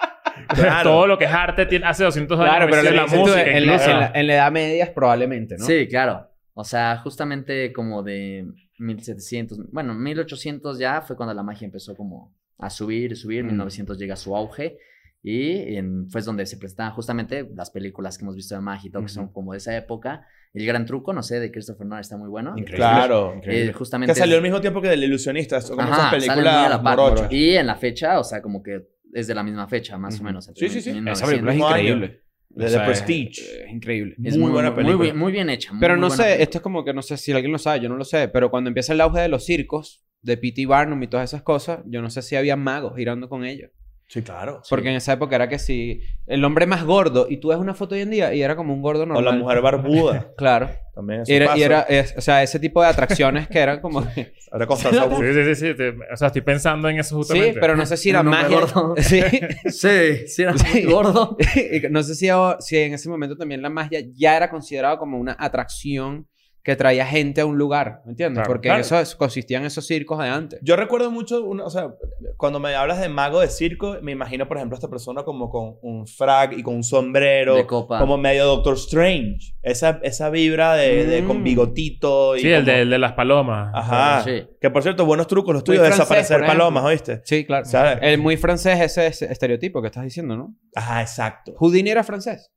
Claro.
todo lo que es arte tiene, hace 200 años
Claro, pero
hubiese
lo
sido
que dices
la
tú,
música.
en, la-
incluso.
en la, en la Edad Media es probablemente, ¿no?
Sí, claro. O sea, justamente como de 1700, bueno, 1800 ya fue cuando la magia empezó como a subir, subir,
Mm.
1900 llega a su auge y en- fue donde se presentaban justamente las películas que hemos visto de magia y todo, que son
Ujú.
como de esa época. El gran truco, no sé, de Christopher Nolan está muy bueno.
Increíble.
Claro.
Eh, justamente
Que salió al mismo tiempo que del ilusionista. Son como
Ajá,
esas
salen muy a
películas
la par.
morochas.
Y en la fecha, o sea, como que es de la misma fecha, más
Ujú.
o menos.
Sí, sí, sí.
Esa película es
Mismo año.
increíble.
De
O
The
sea, es-
Prestige.
Eh, Es increíble.
muy buena película.
Muy bien, muy bien hecha. muy,
Pero
muy
no
buena
sé,
película.
esto es como que no sé si alguien lo sabe, yo no lo sé, pero cuando empieza el auge de los circos, de P.T. Barnum y todas esas cosas, yo no sé si había magos girando con ellos.
Sí, claro.
Porque en esa época era que si el hombre más gordo, y tú ves una foto hoy en día y era como un gordo
O
normal.
la mujer barbuda.
Claro.
También eso
Y era,
pasa.
y era- es- o sea, ese tipo de atracciones que eran como... sí,
Ahora Constanza Wu-
Sí, sí, sí, sí, te- o sea, estoy pensando en eso justamente.
pero no sé si era
Un hombre
magia.
gordo.
Sí.
Sí, sí, era muy
Sí.
gordo.
Y no sé si, ahora- si en ese momento también la magia ya era considerada como una atracción que traía gente a un lugar, ¿me entiendes?
Claro,
Porque
claro.
eso es- consistían esos circos de antes.
Yo recuerdo mucho, una- o sea, cuando me hablas de mago de circo, me imagino, por ejemplo, a esta persona como con un frac y con un sombrero.
de copa.
Como medio Doctor Strange. Esa, esa vibra de, de
Mm.
con bigotito. Y
Sí, el
como-
de, el de las palomas.
Ajá.
Sí.
Que por cierto, buenos trucos los tuyos.
Muy francés,
Desaparecer
por ejemplo.
palomas, ¿oíste?
Sí, claro.
¿Sabes?
El muy francés ese, ese estereotipo que estás diciendo, ¿no?
Ajá, exacto.
Houdini era francés.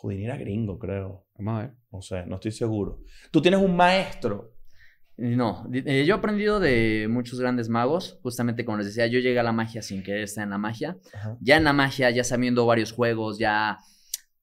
Houdini era gringo, creo.
Vamos a ver.
No sé, no estoy seguro. Tú tienes un maestro.
No, di- eh, yo he aprendido de muchos grandes magos, justamente como les decía, yo llegué a la magia sin querer estar en la magia.
Ajá.
Ya en la magia, ya sabiendo varios juegos, ya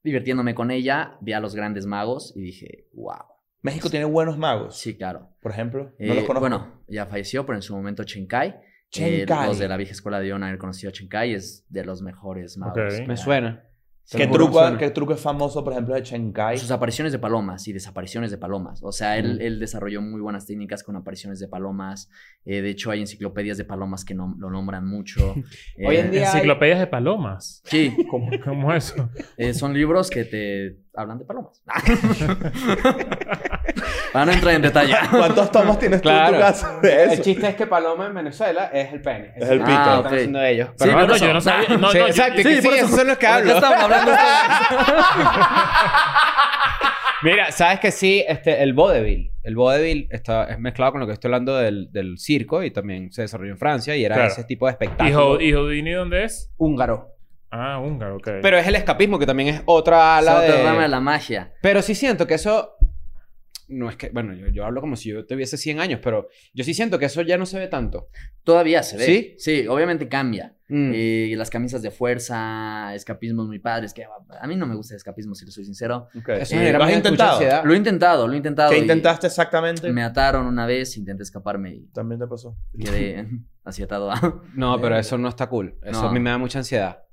divirtiéndome con ella, vi a los grandes magos y dije, wow,
México tiene buenos magos,
sí, claro.
por ejemplo.
Eh,
No los conozco.
Bueno, ya falleció, pero en su momento Chenkai. eh,
Chen Kai.
los de la vieja escuela de Ion haber conocido a Chenkai es de los mejores magos.
Ok.
que
Me
hay.
suena. Se
¿Qué
lo juro,
truco, ¿ah?
suena.
¿Qué truco es famoso, por ejemplo, de Chen Kai?
Sus apariciones de palomas y desapariciones de palomas. O sea, él, él desarrolló muy buenas técnicas con apariciones de palomas. Eh, de hecho, hay enciclopedias de palomas que nom- lo nombran mucho.
Hoy en
Eh,
día- hay-
Enciclopedias de palomas.
Sí,
¿Cómo, cómo es eso?
eh, son libros que te hablan de palomas. Para no entrar en detalle.
¿Cuántos tomos tienes tú en
Claro.
tu casa de
El
eso?
chiste es que Paloma en Venezuela es el pene.
Es el
Ah,
pito.
lo
Ah,
están
ok.
haciendo ellos.
Sí,
Pero-
por
no,
eso.
yo no sabía. No,
Sí,
no, yo-
exacto,
sí,
que sí,
por eso.
esos son los que
¿De qué
hablo.
estamos hablando?
Mira, sabes que sí, este, el vodevil. El vodevil está, es mezclado con lo que estoy hablando del, del circo y también se desarrolló en Francia y era
Claro.
ese tipo de espectáculo
¿Y Ho- ¿Y Houdini dónde es?
húngaro.
Ah, húngaro, ok.
Pero es el escapismo, que también es otra ala
Es otra
de...
rama de la magia.
Pero sí siento que eso... No es que... Bueno, yo, yo hablo como si yo tuviese 100 años, pero yo sí siento que eso ya no se ve tanto.
Todavía se ve.
¿Sí?
Sí, obviamente cambia.
Mm.
Eh, las camisas de fuerza, escapismos muy padres. Que a mí no me gusta el escapismo, si le soy sincero.
Ok.
eso
eh,
genera
¿lo has
mucha
intentado?
ansiedad.
Lo he intentado, lo he intentado.
Ah. ¿Qué
y
intentaste exactamente?
Me ataron una vez, intenté escaparme y
También te pasó.
quedé así atado. a-
No, pero eso Eh, no está cool. Eso
No.
a mí me da mucha ansiedad.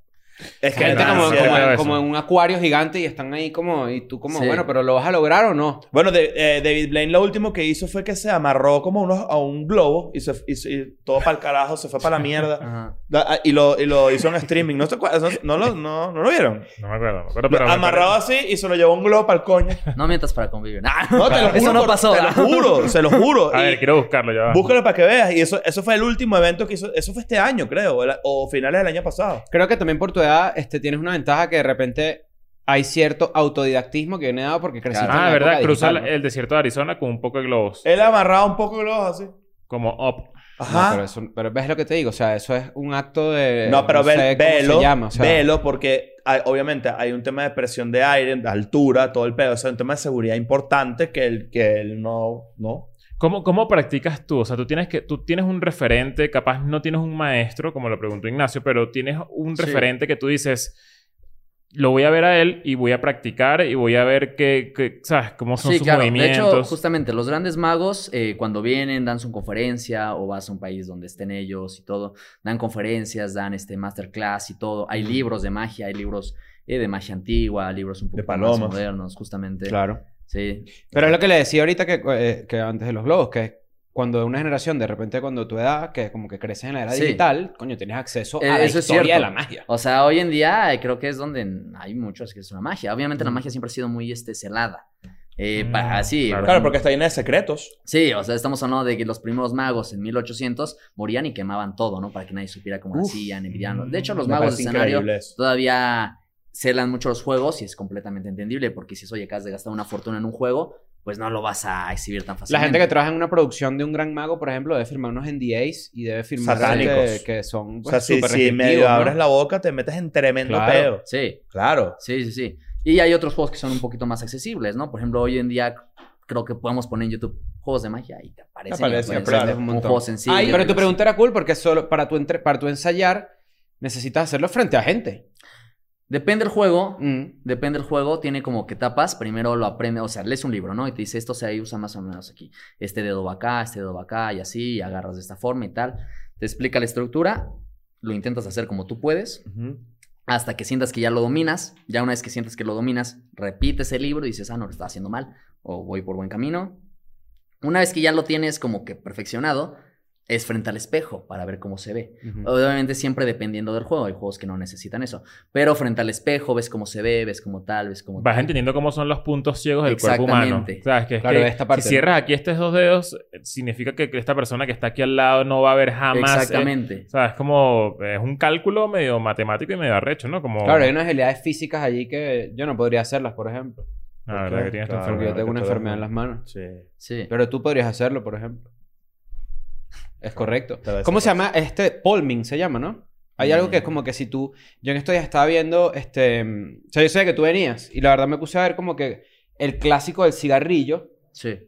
Es
Que
Qué
gente
ansiedad,
como,
sí,
como-
creo eso.
como en un acuario gigante y están ahí como... Y tú como,
Sí.
bueno, pero ¿lo vas a lograr o no?
Bueno, de- eh, David Blaine lo último que hizo fue que se amarró como unos, a un globo y, se, y, se- y todo para el carajo, se fue para la mierda.
Ajá.
Da- ah, Y lo, y lo hizo en streaming. ¿No, te acuerdas? no, no, lo- no, no lo vieron?
No me acuerdo, no me acuerdo,
Lo-
pero... me
amarrado
acuerdo.
así y se lo llevó un globo para el coño.
No mientas para convivir. Ah,
No, te lo juro.
Eso no
por-
pasó.
Te lo
¿verdad?
juro, se lo juro.
A
Y
ver, quiero buscarlo ya. va.
Búscalo para que veas. Y eso, eso fue el último evento que hizo. Eso fue este año, creo. el- o finales del año pasado.
Creo que también por tu edad este, tienes una ventaja que de repente hay cierto autodidactismo que viene dado porque creciste. en
Ah,
la
verdad,
época
cruza
digital, ¿no?
el desierto de Arizona con un poco de globos.
Él amarraba un poco globos así.
Como up.
Ajá.
No, pero, eso- pero ves lo que te digo, o sea, eso es un acto de.
No, pero ve-
Eh, sé cómo
velo,
se llama, o sea,
velo, porque hay- obviamente hay un tema de presión de aire, de altura, todo el pedo. O sea, un tema de seguridad importante que él, que él no, no.
¿Cómo, ¿Cómo practicas tú? O sea, tú tienes, que, tú tienes un referente, capaz no tienes un maestro, como lo preguntó Ignacio, pero tienes un
Sí.
referente que tú dices, lo voy a ver a él y voy a practicar y voy a ver qué, qué- ¿sabes? Cómo son
Sí,
sus
claro. De
movimientos.
hecho, justamente los grandes magos, eh, cuando vienen, dan su conferencia o vas a un país donde estén ellos y todo, dan conferencias, dan este masterclass y todo. Hay libros de magia, hay libros eh, de magia antigua, libros un poco más
palomas.
modernos, justamente.
Claro.
Sí.
Pero es lo que le decía ahorita que, eh, que antes de los globos, que cuando una generación, de repente cuando tu edad, que como que creces en la era
Sí.
digital, coño, tienes acceso
Eh,
a la
eso es
historia de
cierto.
la magia.
O sea, hoy en día eh, creo que es donde hay muchos que es una magia. Obviamente la magia siempre ha sido muy este, celada. Eh,
Mm,
para, sí,
claro.
por
Claro,
ejemplo,
porque está llena de secretos.
Sí, o sea, estamos hablando de que los primeros magos en 1800 morían y quemaban todo, ¿no? Para que nadie supiera cómo lo
Uf.
hacían, envidiando. De hecho, los
Me
magos
parece
de escenario
increíble eso.
todavía celan mucho los juegos y es completamente entendible porque si eso oye, acabas de gastar una fortuna en un juego, pues no lo vas a exhibir tan
La
fácilmente.
gente que trabaja en una producción de un gran mago, por ejemplo, debe firmar unos NDAs y debe firmar
Satánicos.
que, que son
O sea,
pues,
si,
súper
si medio
restrictivos, ¿no?
abres la boca, te metes en tremendo
Claro.
pedo.
Sí,
Claro.
sí, sí, sí. Y hay otros juegos que son un poquito más accesibles, ¿no? Por ejemplo, hoy en día creo que podemos poner en YouTube juegos de magia y te aparecen. y
aparece,
aparecen
claro.
pues, un
Un
juego
montón.
sencillo. pues,
Ay, pero tu
algo así.
pregunta era cool porque solo para tu, entre- para tu ensayar necesitas hacerlo frente a gente.
Depende del juego,
Mm.
Depende del juego, tiene como que etapas. Primero lo aprende, o sea, lees un libro, ¿no? Y te dice, esto se usa más o menos aquí. Este dedo va acá, este dedo va acá, y así, y agarras de esta forma y tal. Te explica la estructura, lo intentas hacer como tú puedes,
Ujú.
hasta que sientas que ya lo dominas. Ya una vez que sientas que lo dominas, repites el libro y dices, ah, no, lo estaba haciendo mal, o voy por buen camino. Una vez que ya lo tienes como que perfeccionado, es frente al espejo para ver cómo se ve. Obviamente siempre dependiendo del juego, hay juegos que no necesitan eso, pero frente al espejo ves cómo se ve, ves cómo tal, ves cómo
Vas
tal.
entendiendo cómo son los puntos ciegos del cuerpo humano.
Exactamente.
¿Sabes? Que es
Claro,
que
esta parte,
si cierras aquí estos dos dedos, eh, significa que que esta persona que está aquí al lado no va a ver jamás... eh, Exactamente.
Exactamente.
¿Sabes? Como... Es un cálculo medio matemático y medio arrecho, ¿no? Como...
Oh.
Claro, hay unas habilidades físicas allí que yo no podría hacerlas, por ejemplo.
La verdad
Claro,
que tienes tu
claro.
Porque yo
enfermedad.
tengo una
que todo
enfermedad
es-
en las manos.
Sí.
Sí.
Pero tú podrías hacerlo, por ejemplo. Es correcto.
Te lo
¿Cómo se
desarrollo.
llama? Este Palming se llama, ¿no? Hay algo que es como que si tú. Yo en estos días estaba viendo. Este. mm, O sea, yo sé que tú venías. Y la verdad me puse a ver como que el clásico del cigarrillo.
Sí.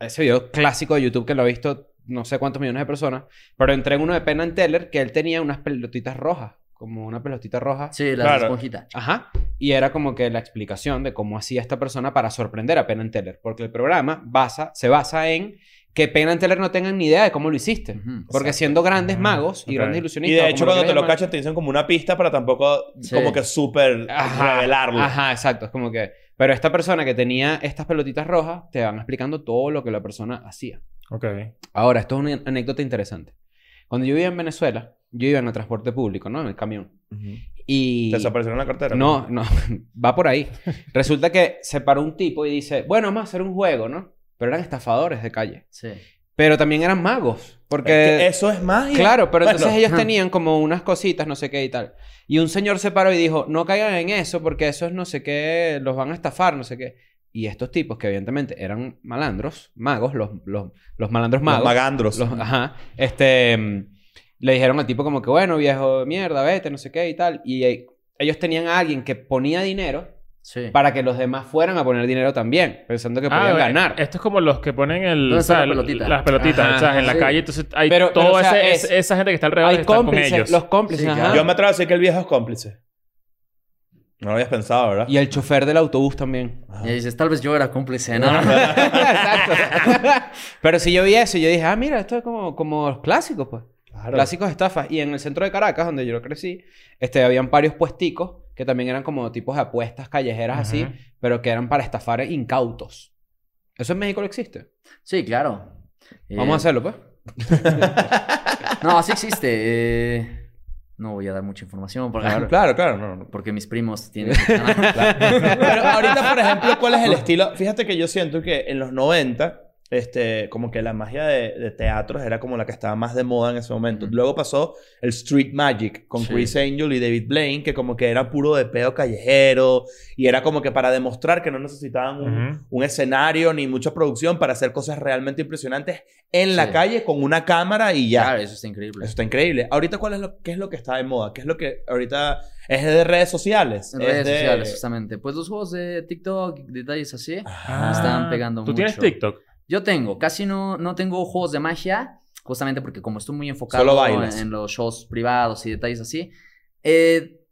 ese video clásico de YouTube que lo ha visto no sé cuántos millones de personas, pero entré en uno de Penn and Teller que él tenía unas pelotitas rojas, como una pelotita roja.
Sí, las
Claro.
esponjitas.
Ajá. Y era como que la explicación de cómo hacía esta persona para sorprender a Penn and Teller, porque el programa basa, se basa en Qué pena en Teller no tengan ni idea de cómo lo hiciste.
Ujú.
Porque siendo grandes
Ah,
magos y
ok.
grandes
Y
ilusionistas.
de
o
hecho,
como lo
cuando te lo
quieras
cachan, te dicen como una pista para tampoco,
Sí.
como que súper
Ajá,
revelarlo.
llamar. Ajá, exacto. Es como que. Pero esta persona que tenía estas pelotitas rojas te van explicando todo lo que la persona hacía.
Ok.
Ahora, esto es una anécdota interesante. Cuando yo vivía en Venezuela, yo iba en el transporte público, ¿no? En el camión.
Ujú.
Y.
¿Te desaparecieron la cartera?
No, no, va por ahí. Resulta que se paró un tipo y dice, bueno, vamos a hacer un juego, ¿no? Pero eran estafadores de calle.
Sí.
Pero también eran magos.
Es
Porque...
que eso es magia.
Claro, pero
Bueno,
entonces ellos
ajá.
tenían como unas cositas, no sé qué y tal. Y un señor se paró y dijo, no caigan en eso porque eso es no sé qué, los van a estafar, no sé qué. Y estos tipos, que evidentemente eran malandros, magos, los, los, los malandros
Los
magos.
magandros.
Los- ajá. Este. mm, Le dijeron al tipo como que, bueno, viejo, de mierda, vete, no sé qué y tal. Y eh, ellos tenían a alguien que ponía dinero
Sí.
para que los demás fueran a poner dinero también, pensando que podían
eh,
ganar.
Esto es como los que ponen el,
¿Dónde
o sea,
está la
el-
pelotita?
las pelotitas
Ajá,
¿sabes? en la
sí.
calle. Entonces hay
Pero-
toda
pero, o sea,
ese-
es-
esa gente que está alrededor
Hay
están con
cómplices,
ellos.
los cómplices,
Sí,
ajá.
claro.
Yo me atrevo a decir que el viejo es cómplice. No lo habías pensado, ¿verdad?
Y el chofer del autobús también.
Y ahí dices, tal vez yo era cómplice, ¿no?
Exacto. Pero si yo vi eso, yo dije, ah, mira, esto es como, como los clásicos, pues.
Claro.
Clásicos estafas. Y en el centro de Caracas, donde yo crecí, este, habían varios puesticos que también eran como tipos de apuestas callejeras así,
Ajá.
pero que eran para estafar incautos. Eso en México no existe.
Sí, claro. Eh,
Vamos a hacerlo, pues.
No, sí existe. eh, no voy a dar mucha información porque,
Claro, claro, claro, no, no.
porque mis primos tienen...
Pero ahorita, por ejemplo, ¿cuál es el estilo? Fíjate que yo siento que en los 90, este, como que la magia de, de teatros era como la que estaba más de moda en ese momento.
Ujú.
Luego pasó el Street Magic con
Sí.
Chris Angel y David Blaine, que como que era puro de pedo callejero y era como que para demostrar que no necesitaban un,
Ujú.
un escenario ni mucha producción para hacer cosas realmente impresionantes en la
Sí.
calle con una cámara y ya.
Claro, eso está increíble.
Eso está increíble. Ahorita, ¿cuál es lo, ¿qué es lo que está de moda? ¿Qué es lo que ahorita es de redes sociales?
En
Es
redes
de-
sociales, justamente. Pues los juegos de TikTok, detalles así.
Ah.
Están pegando
¿Tú tienes
mucho.
TikTok?
Yo tengo, casi no, no tengo juegos de magia, justamente porque como estoy muy enfocado
Solo
en,
bailas.
en los shows privados y detalles así, eh,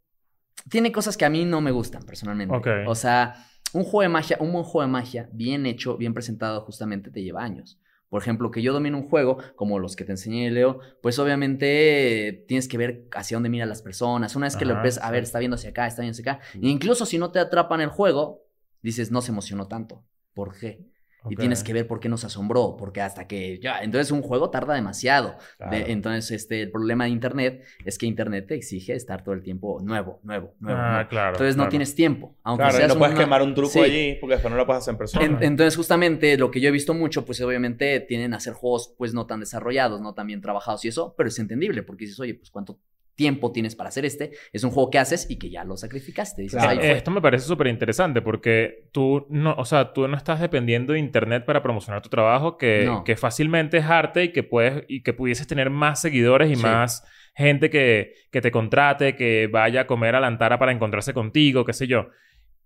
tiene cosas que a mí no me gustan personalmente.
Ok.
O sea, un juego de magia, un buen juego de magia, bien hecho, bien presentado, justamente te lleva años. Por ejemplo, que yo domino un juego como los que te enseñé, Leo, pues obviamente eh, tienes que ver hacia dónde miran las personas. Una vez que lo
Ajá,
ves, a ver,
sí.
está viendo hacia acá, está viendo hacia acá. E incluso si no te atrapan el juego, dices, no se emocionó tanto. ¿Por qué? Y tienes que ver por qué nos asombró, porque hasta que ya, entonces un juego tarda demasiado.
Claro.
De- entonces, este, el problema de Internet es que Internet te exige estar todo el tiempo nuevo, nuevo, nuevo.
Ah,
nuevo.
claro.
Entonces no
claro.
tienes tiempo, aunque
Claro, y
seas
no puedes
una-
quemar un truco
Sí.
allí porque después no lo puedes hacer en persona.
En- entonces, justamente lo que yo he visto mucho, pues obviamente tienen a hacer juegos pues no tan desarrollados, no tan bien trabajados y eso, pero es entendible porque dices, oye, pues cuánto tiempo tienes para hacer este, es un juego que haces y que ya lo sacrificaste. Dices,
Claro.
"Ay,
Eh,
fue".
Esto me parece súper interesante porque tú no, o sea, tú no estás dependiendo de internet para promocionar tu trabajo, que,
No.
que fácilmente es arte y que puedes, y que pudieses tener más seguidores y
Sí.
más gente que, que te contrate, que vaya a comer a la Antara para encontrarse contigo, qué sé yo.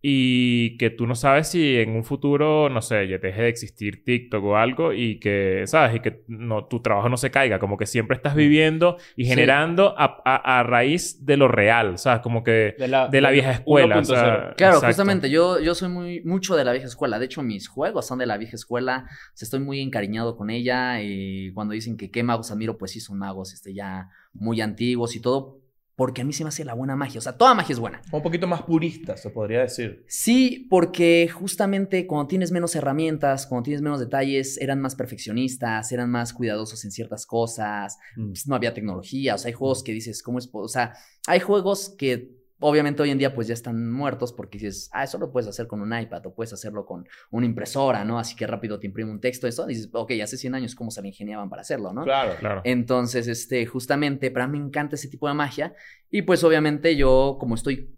Y que tú no sabes si en un futuro, no sé, ya deje de existir TikTok o algo y que, ¿sabes? Y que no, tu trabajo no se caiga. Como que siempre estás viviendo y
Sí.
generando a, a- a raíz de lo real, ¿sabes? Como que
Ah,
de la vieja escuela. o sea,
1.0.
Claro,
exacto.
justamente, yo, yo soy muy, mucho de la vieja escuela. De hecho, mis juegos son de la vieja escuela. O sea, estoy muy encariñado con ella. Y cuando dicen que qué magos admiro, pues sí, son magos este, ya muy antiguos y todo. Porque a mí se me hace la buena magia. O sea, toda magia es buena.
Un poquito más purista, se podría decir.
Sí, porque justamente cuando tienes menos herramientas, cuando tienes menos detalles, eran más perfeccionistas, eran más cuidadosos en ciertas cosas, pues, no había tecnología, o sea, hay juegos que dices, ¿cómo es? po-? O sea, hay juegos que obviamente hoy en día pues ya están muertos porque dices, ah, eso lo puedes hacer con un iPad o puedes hacerlo con una impresora, ¿no? Así que rápido te imprime un texto, eso, dices, ok, hace 100 años cómo se le ingeniaban para hacerlo, ¿no?
Claro.
Claro.
Entonces, este, justamente, para mí me encanta ese tipo de magia. Y pues obviamente yo, como estoy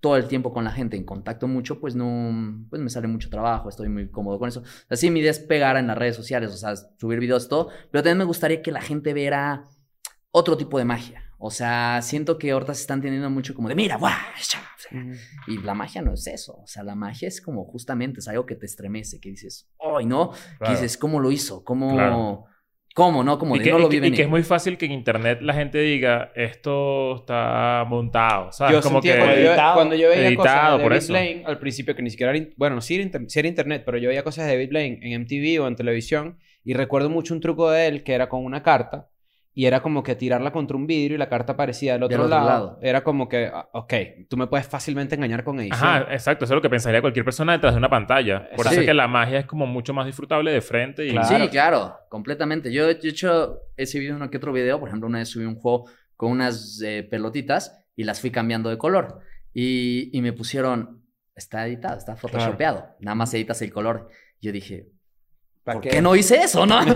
todo el tiempo con la gente en contacto mucho, pues no, pues me sale mucho trabajo, estoy muy cómodo con eso. Así mi idea es pegar en las redes sociales, o sea, subir videos, todo. Pero también me gustaría que la gente viera otro tipo de magia. O sea, siento que ahorita se están teniendo mucho como de, mira, guau, ya", o sea, y la magia no es eso. O sea, la magia es como justamente, es algo que te estremece, que dices, ¡ay, no!
Claro.
Que dices, ¿cómo lo hizo? ¿Cómo?
Claro.
¿Cómo, no? Como
Y
de,
que,
no
y
lo
que-
vi
y
venir.
que es muy fácil que en internet la gente diga esto está montado, ¿sabes?
Yo
Ah, como
sentía
que
cuando, yo,
Editado.
cuando yo veía cosas
Editado,
de
por
David
eso.
Blaine al principio que ni siquiera era, in- bueno, sí era, inter- sí era internet, pero yo veía cosas de David Blaine en MTV o en televisión Y recuerdo mucho un truco de él que era con una carta y era como que tirarla contra un vidrio y la carta aparecía del otro,
otro
lado.
lado.
Era como que, ah, ok, tú me puedes fácilmente engañar con edición.
Ajá, eh. exacto. Eso es lo que pensaría cualquier persona detrás de una pantalla. Por eso
Sí.
es que la magia es como mucho más disfrutable de frente y...
Claro.
Sí, claro, completamente. Yo, yo he hecho, he subido uno que otro video, por ejemplo, una vez subí un juego con unas eh, pelotitas y las fui cambiando de color. Y, y me pusieron, está editado, está photoshopeado, nada más editas el color. Yo dije,
¿Para
¿por qué no hice eso, no? yo,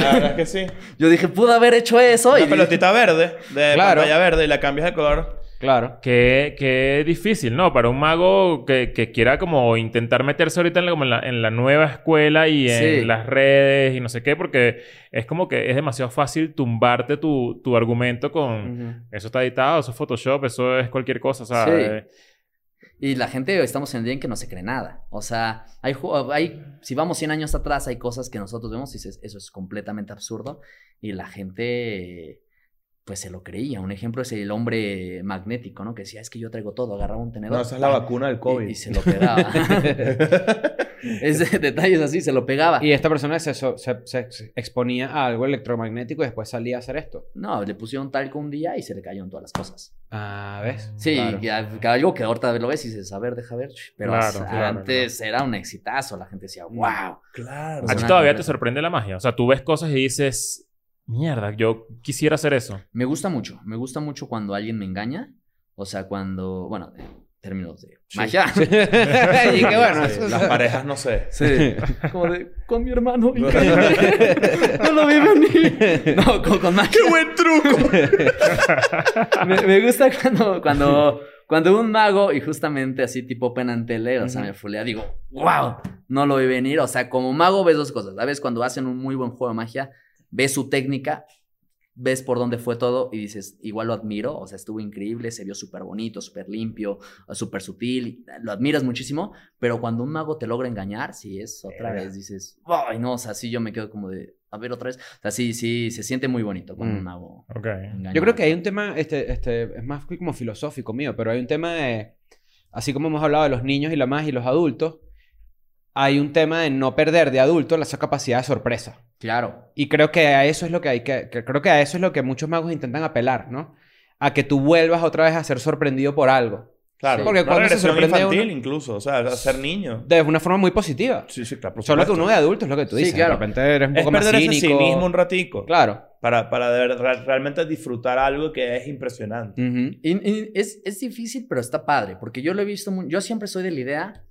La verdad es que sí.
yo dije, pude haber hecho eso.
Una
y-
pelotita verde, de
Claro.
pantalla verde, y la cambias de color.
Claro.
Qué, qué difícil, ¿no? Para un mago que, que quiera como intentar meterse ahorita en la, como en la, en la nueva escuela y en
Sí.
las redes y no sé qué, porque es como que es demasiado fácil tumbarte tu, tu argumento con eso está editado, eso es Photoshop, eso es cualquier cosa, o sea,
Sí.
eh,
Y la gente, estamos en el día en que no se cree nada. O sea, hay, ju- hay, si vamos 100 años atrás, hay cosas que nosotros vemos y dices, eso es completamente absurdo. Y la gente, pues se lo creía. Un ejemplo es el hombre magnético, ¿no? Que decía, es que yo traigo todo, agarraba un tenedor.
No, esa es la
¡pam!
vacuna del
ah, y-
COVID.
Y, se lo pegaba. es de- detalles así, se lo pegaba.
Y esta persona se, so- se- se- se exponía a algo electromagnético y después salía a hacer esto.
No, le pusieron talco un día y se le cayeron todas las cosas.
Ah, ¿ves?
Sí,
Claro.
que a- que algo que ahorita lo ves y dices, a ver, deja ver. Pero
Claro,
as-
claro,
antes era un exitazo. La gente decía, wow.
Claro.
a ti
Una
todavía te
completa.
sorprende la magia, o sea, tú ves cosas y dices, mierda, yo quisiera hacer eso.
Me gusta mucho, me gusta mucho cuando alguien me engaña, o sea, cuando, bueno, en términos de magia.
y que bueno,
Sí,
eso-
Las parejas, no sé.
Sí. Como de, con mi hermano. no lo vi venir. No, con, con magia. ¡Qué buen truco! me, me gusta cuando, cuando, cuando un mago, y justamente así tipo penantelero, o sea,
Ujú.
me fulea, digo, wow, no lo vi venir. O sea, como mago ves dos cosas. A veces cuando hacen un muy buen juego de magia, ves su técnica, ves por dónde fue todo y dices, igual lo admiro, o sea, estuvo increíble, se vio súper bonito, súper limpio, súper sutil, lo admiras muchísimo, pero cuando un mago te logra engañar, si es otra
Verga.
vez, dices, ay, no, o sea, sí yo me quedo como de, a ver otra vez, o sea, sí, sí, se siente muy bonito cuando
Mm.
un mago
Ok.
engaña.
Yo creo que hay un tema, este, este, es más como filosófico mío, pero hay un tema de, así como hemos hablado de los niños y la magia y los adultos, hay un tema de no perder de adulto la esa capacidad de sorpresa.
Claro,
Y creo que a eso es lo que hay que, que- creo que a eso es lo que muchos magos intentan apelar, ¿no? A que tú vuelvas otra vez a ser sorprendido por algo.
Claro.
Sí.
Porque
Una
cuando se
regresión
sorprende
infantil,
uno-
incluso. O sea, ser niño.
De una forma muy positiva.
Sí, sí, claro. por
Solo que
supuesto.
uno de adulto es lo que tú
Sí,
dices.
claro.
De repente eres un
Es
poco más
perder ese
cínico.
cinismo un ratico.
Claro.
Para, para de ver- re- realmente disfrutar algo que es impresionante.
Ujú.
Y- y es, es difícil, pero está padre, porque yo lo he visto, mu- yo siempre soy de la idea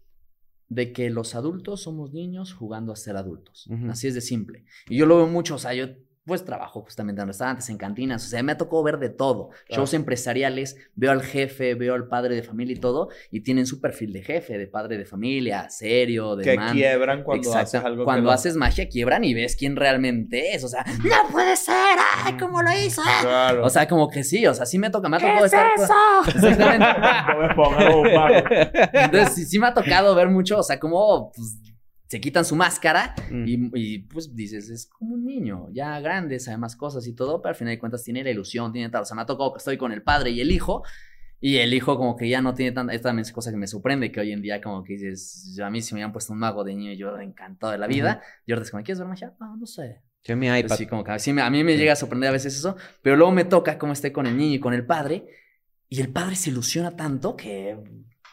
de que los adultos somos niños jugando a ser adultos,
Ujú.
así es de simple. Y yo lo veo mucho, o sea, yo pues trabajo justamente en restaurantes, en cantinas, o sea, me ha tocado ver de todo, shows empresariales, veo al jefe, veo al padre de familia y todo, y tienen su perfil de jefe, de padre de familia, serio, de
que
man.
quiebran cuando
Exacto.
haces algo
cuando
que
haces magia quiebran y ves quién realmente es, o sea, no puede ser, ay, cómo lo hizo.
Lo... Claro.
O sea, como que sí, o sea, sí me toca, me ha tocado estar. Exactamente.
Bob Esponja, Bob Esponja.
Entonces, sí, sí me ha tocado ver mucho, o sea, como pues, se quitan su máscara
Mm.
y, y, pues dices, es como un niño, ya grande, sabe más cosas y todo, pero al final de cuentas tiene la ilusión, tiene tal. O sea, me ha tocado que estoy con el padre y el hijo. Y el hijo como que ya no tiene tanta... Esta también es cosa que me sorprende, que hoy en día como que dices... yo- a mí si me hubieran puesto un mago de niño, yo encantado de la vida. Y ahorita es como, ¿quieres ver magia? No, no sé.
Yo en mi
Pues
iPad.
Sí, como que sí me- a mí me llega a sorprender a veces eso, pero luego me toca cómo esté con el niño y con el padre, y el padre se ilusiona tanto que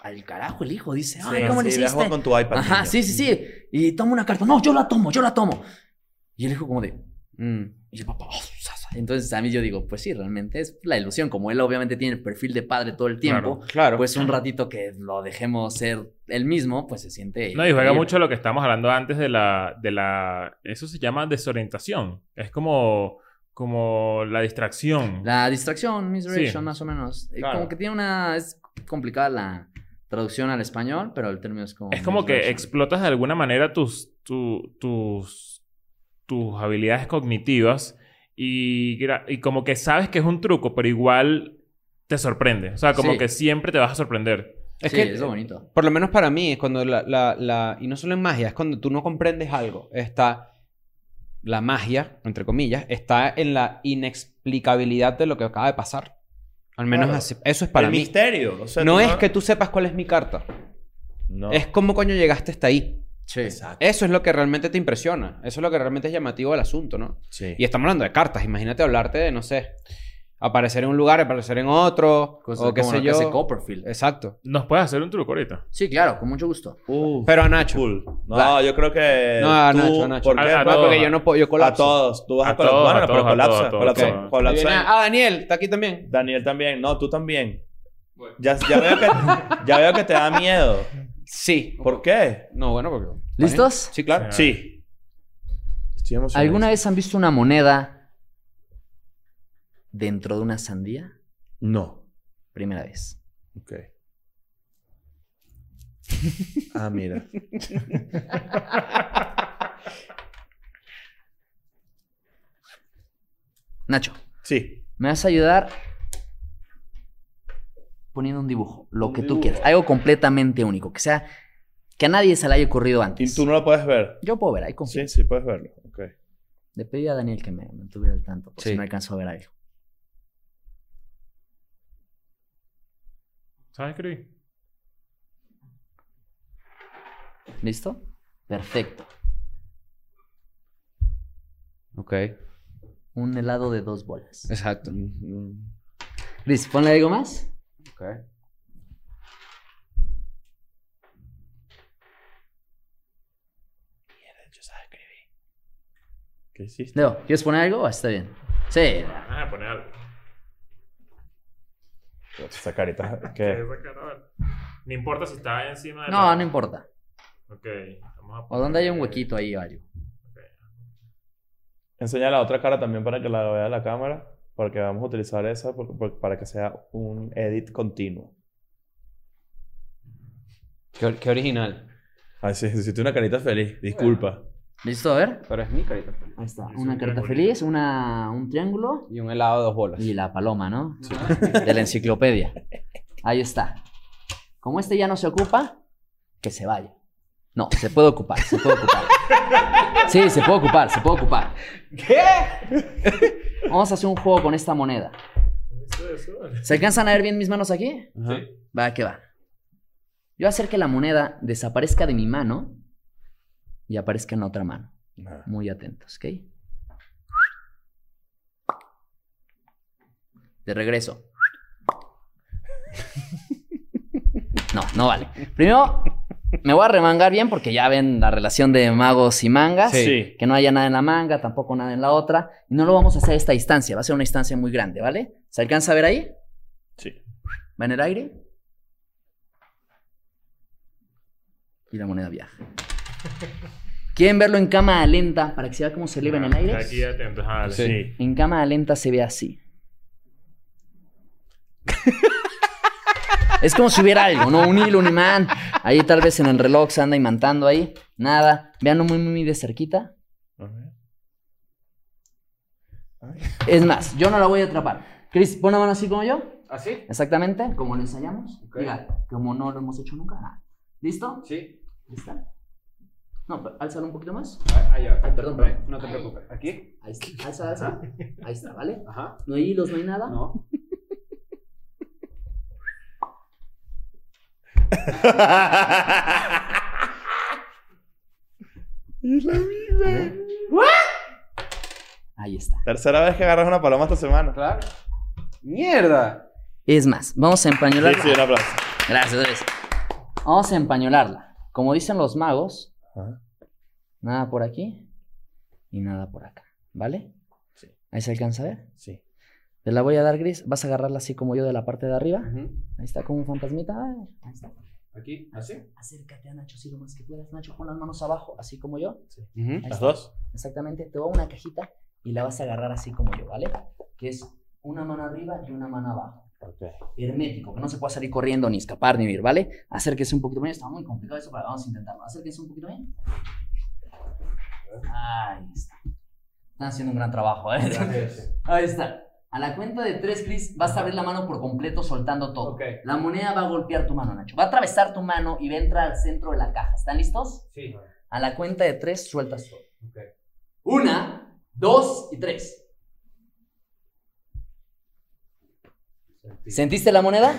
al carajo el hijo dice, ay,
Sí,
¿cómo le
sí, la
hiciste?
juegas con tu iPad.
Ajá,
niño.
sí, sí, sí, y toma una carta, no, yo la tomo, yo la tomo. Y el hijo como de,
Mm.
y el papá, "Oh, sa, sa". entonces a mí yo digo, pues sí, realmente es la ilusión, como él obviamente tiene el perfil de padre todo el tiempo,
Claro.
pues un ratito que lo dejemos ser él mismo, pues se siente...
No, y juega
increíble.
mucho lo que estábamos hablando antes de la, de la... Eso se llama desorientación. Es como, como la distracción.
La distracción, misdirection,
Sí.
más o menos. Eh,
Claro.
Como que tiene una. Es complicada la traducción al español, pero el término es como.
Es como que
misdirection.
explotas de alguna manera tus, tu- tus, tus habilidades cognitivas y, gra- y como que sabes que es un truco, pero igual te sorprende. O sea, como
Sí.
que siempre te vas a sorprender.
Es
sí,
que-
es lo bonito.
Por lo menos para mí es cuando la, la- la- Y no solo en magia, es cuando tú no comprendes algo. Está... La magia, entre comillas, está en la inexplicabilidad de lo que acaba de pasar. Al menos
Claro.
así- eso es para
el
mí.
misterio. O sea,
no
tú
es que tú sepas cuál es mi carta.
No.
Es cómo coño llegaste hasta ahí.
Sí.
Exacto.
Eso es lo que realmente te impresiona. Eso es lo que realmente es llamativo del asunto, ¿no?
Sí.
Y estamos hablando de cartas. Imagínate hablarte de, no sé, aparecer en un lugar, aparecer en otro,
Cosas
o qué
como
sé
lo que hace
yo.
Copperfield.
Exacto.
Nos puedes hacer un truco ahorita.
Sí, claro, con mucho gusto.
Uf,
Pero a Nacho.
cool. No,
Va.
yo creo que.
No, a
tú-
Nacho, a Nacho.
¿Por
A-
qué?
a
No,
No,
todos.
porque yo no puedo, yo
A
colapso.
todos. Tú vas a,
A todos,
colapsar.
a
Bueno, pero
todos, a todos,
colapsa.
a todos,
colapsa-
a todos.
Y
colapsa-
viene- ah, Daniel, está aquí también.
Daniel también. No, tú también. Ya, ya, veo que, ya veo que te da miedo.
Sí.
¿Por qué?
No, bueno, porque.
¿Listos?
Sí, claro.
Sí. Estoy emocionado.
¿Alguna vez han visto una moneda dentro de una sandía?
No.
Primera vez.
Ok. Ah, mira.
Nacho,
Sí.
me vas a ayudar poniendo un dibujo, lo
Un
que tú
dibujo.
quieras, algo completamente único, que sea que a nadie se le haya ocurrido
Y
antes.
tú no lo puedes ver.
Yo puedo ver, ahí confío.
Sí, sí, puedes verlo. Ok.
Le pedí a Daniel que me mantuviera al tanto, por
Sí.
si no alcanzó a ver algo.
¿Sabes escribir?
¿Listo? Perfecto.
Ok.
Un helado de dos bolas.
Exacto.
Chris, ponle algo más.
Ok.
¿Qué hiciste?
Leo, ¿quieres poner algo o está bien? Sí.
Ah, poner algo.
Esa carita. ¿Qué?
Esa cara, a ver. No importa si está encima de
No,
la-
no importa.
Ok. Vamos a
O
poner-
donde haya un huequito ahí o algo.
Enseña la otra cara también para que la vea la cámara. Porque vamos a utilizar esa por- por- para que sea un edit continuo.
Qué, or- qué original.
Ay, sí, hiciste una carita feliz. Disculpa.
¿Listo? A ver.
Pero es mi carita.
Ahí está.
Es
Una
un
carta
triangulito.
feliz, una, un triángulo
Y un helado de dos bolas.
y la paloma, ¿no? De la enciclopedia. Ahí está. Como este ya no se ocupa, que se vaya. No, se puede ocupar, se puede ocupar. Sí, se puede ocupar, se puede ocupar. ¿Qué? Vamos a hacer un juego con esta moneda.
Eso, eso, vale.
¿Se alcanzan a ver bien mis manos aquí?
Ajá.
Va, que va. Yo voy a hacer que la moneda desaparezca de mi mano y aparezca en otra mano.
Ajá.
Muy atentos, ¿ok? De regreso. No, no vale. Primero, me voy a remangar bien porque ya ven la relación de magos y mangas.
Sí.
Sí.
Que no haya nada en la manga, tampoco nada en la otra. Y no lo vamos a hacer a esta distancia. Va a ser una distancia muy grande, ¿vale? ¿Se alcanza a ver ahí?
Sí.
Va en el aire. Y la moneda viaja. ¿Quieren verlo en cámara lenta para que se vea cómo se eleva en el aire?
Aquí atentos, ah, dale.
Sí.
Sí.
En cámara lenta se ve así. es como si hubiera algo, ¿no? Un hilo, un imán. Ahí tal vez en el reloj se anda imantando ahí. Nada. Veanlo muy, muy de cerquita.
A ver. Ay.
Es más, yo no la voy a atrapar. Chris, pon la mano así como yo.
¿Así?
Exactamente, como lo ensayamos.
¿Ah, Ok.
Mira, como no lo hemos hecho nunca. Ah, ¿Listo?
Sí.
¿Lista? No, pero álzalo un poquito más.
Ahí va.
Ay, perdón, perdón.
No te preocupes. ¿Aquí?
Ahí está, alza, alza. Ahí está, ¿vale?
Ajá.
No hay hilos, no hay nada.
No.
Ahí está.
Tercera vez que agarras una paloma esta semana.
Claro. ¡Mierda!
Es más, vamos a
Sí,
empañolarla.
sí, un aplauso.
Gracias, gracias. Vamos a empañolarla. Como dicen los magos,
Ajá.
nada por aquí y nada por acá, ¿vale?
Sí.
Ahí se alcanza a ver.
Sí.
Te la voy a dar gris. Vas a agarrarla así como yo de la parte de arriba. Ahí está como un fantasmita. Ahí está.
¿Aquí? ¿Así?
Acércate a Nacho si lo más que puedas. Nacho, pon las manos abajo, así como yo. Ahí
¿Las
está.
dos?
Exactamente, te va una cajita y la vas a agarrar así como yo, ¿vale? Que es una mano arriba y una mano abajo.
Ok.
Hermético, que no se pueda salir corriendo, ni escapar, ni huir, ¿vale? Acérquese un poquito bien. Está muy complicado eso, pero vamos a intentarlo. Acérquese un poquito bien. Ahí está. Están haciendo un gran trabajo, ¿eh? Ahí está. A la cuenta de tres, Chris, vas a abrir la mano por completo soltando todo.
Ok.
La moneda va a golpear tu mano, Nacho. Va a atravesar tu mano y va a entrar al centro de la caja. ¿Están listos?
Sí.
A la cuenta de tres, sueltas todo.
Ok.
Una, dos y tres. ¿Sentiste la moneda?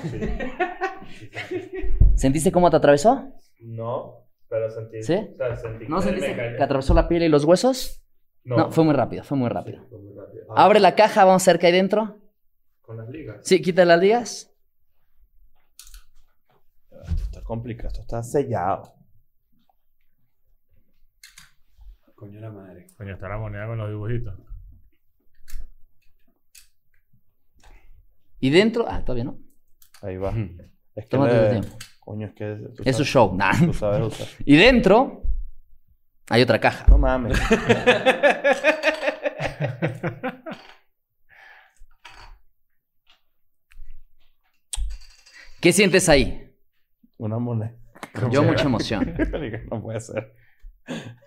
¿Sentiste cómo te atravesó?
No.
Pero sentí.
¿Sí?
O sea, sentí
¿No
que
sentiste
me cayó.
que atravesó la piel y los huesos? No, fue muy rápido, fue muy rápido.
Sí, fue muy rápido. Ah,
Abre la caja, vamos a ver qué hay dentro.
Con las ligas.
Sí, quita las ligas.
Esto está complicado, esto está sellado.
Coño la madre.
Coño, está la moneda con los dibujitos.
Y dentro. Ah, todavía no.
Ahí va. Es que
Tómate
le-
tu tiempo.
Coño, es que. tú
Es su
sabes-
show. Nah.
Tú sabes usar.
Y dentro. Hay otra caja.
No mames.
¿Qué sientes ahí?
Una moneda.
Yo mucha emoción.
no puede ser.
No,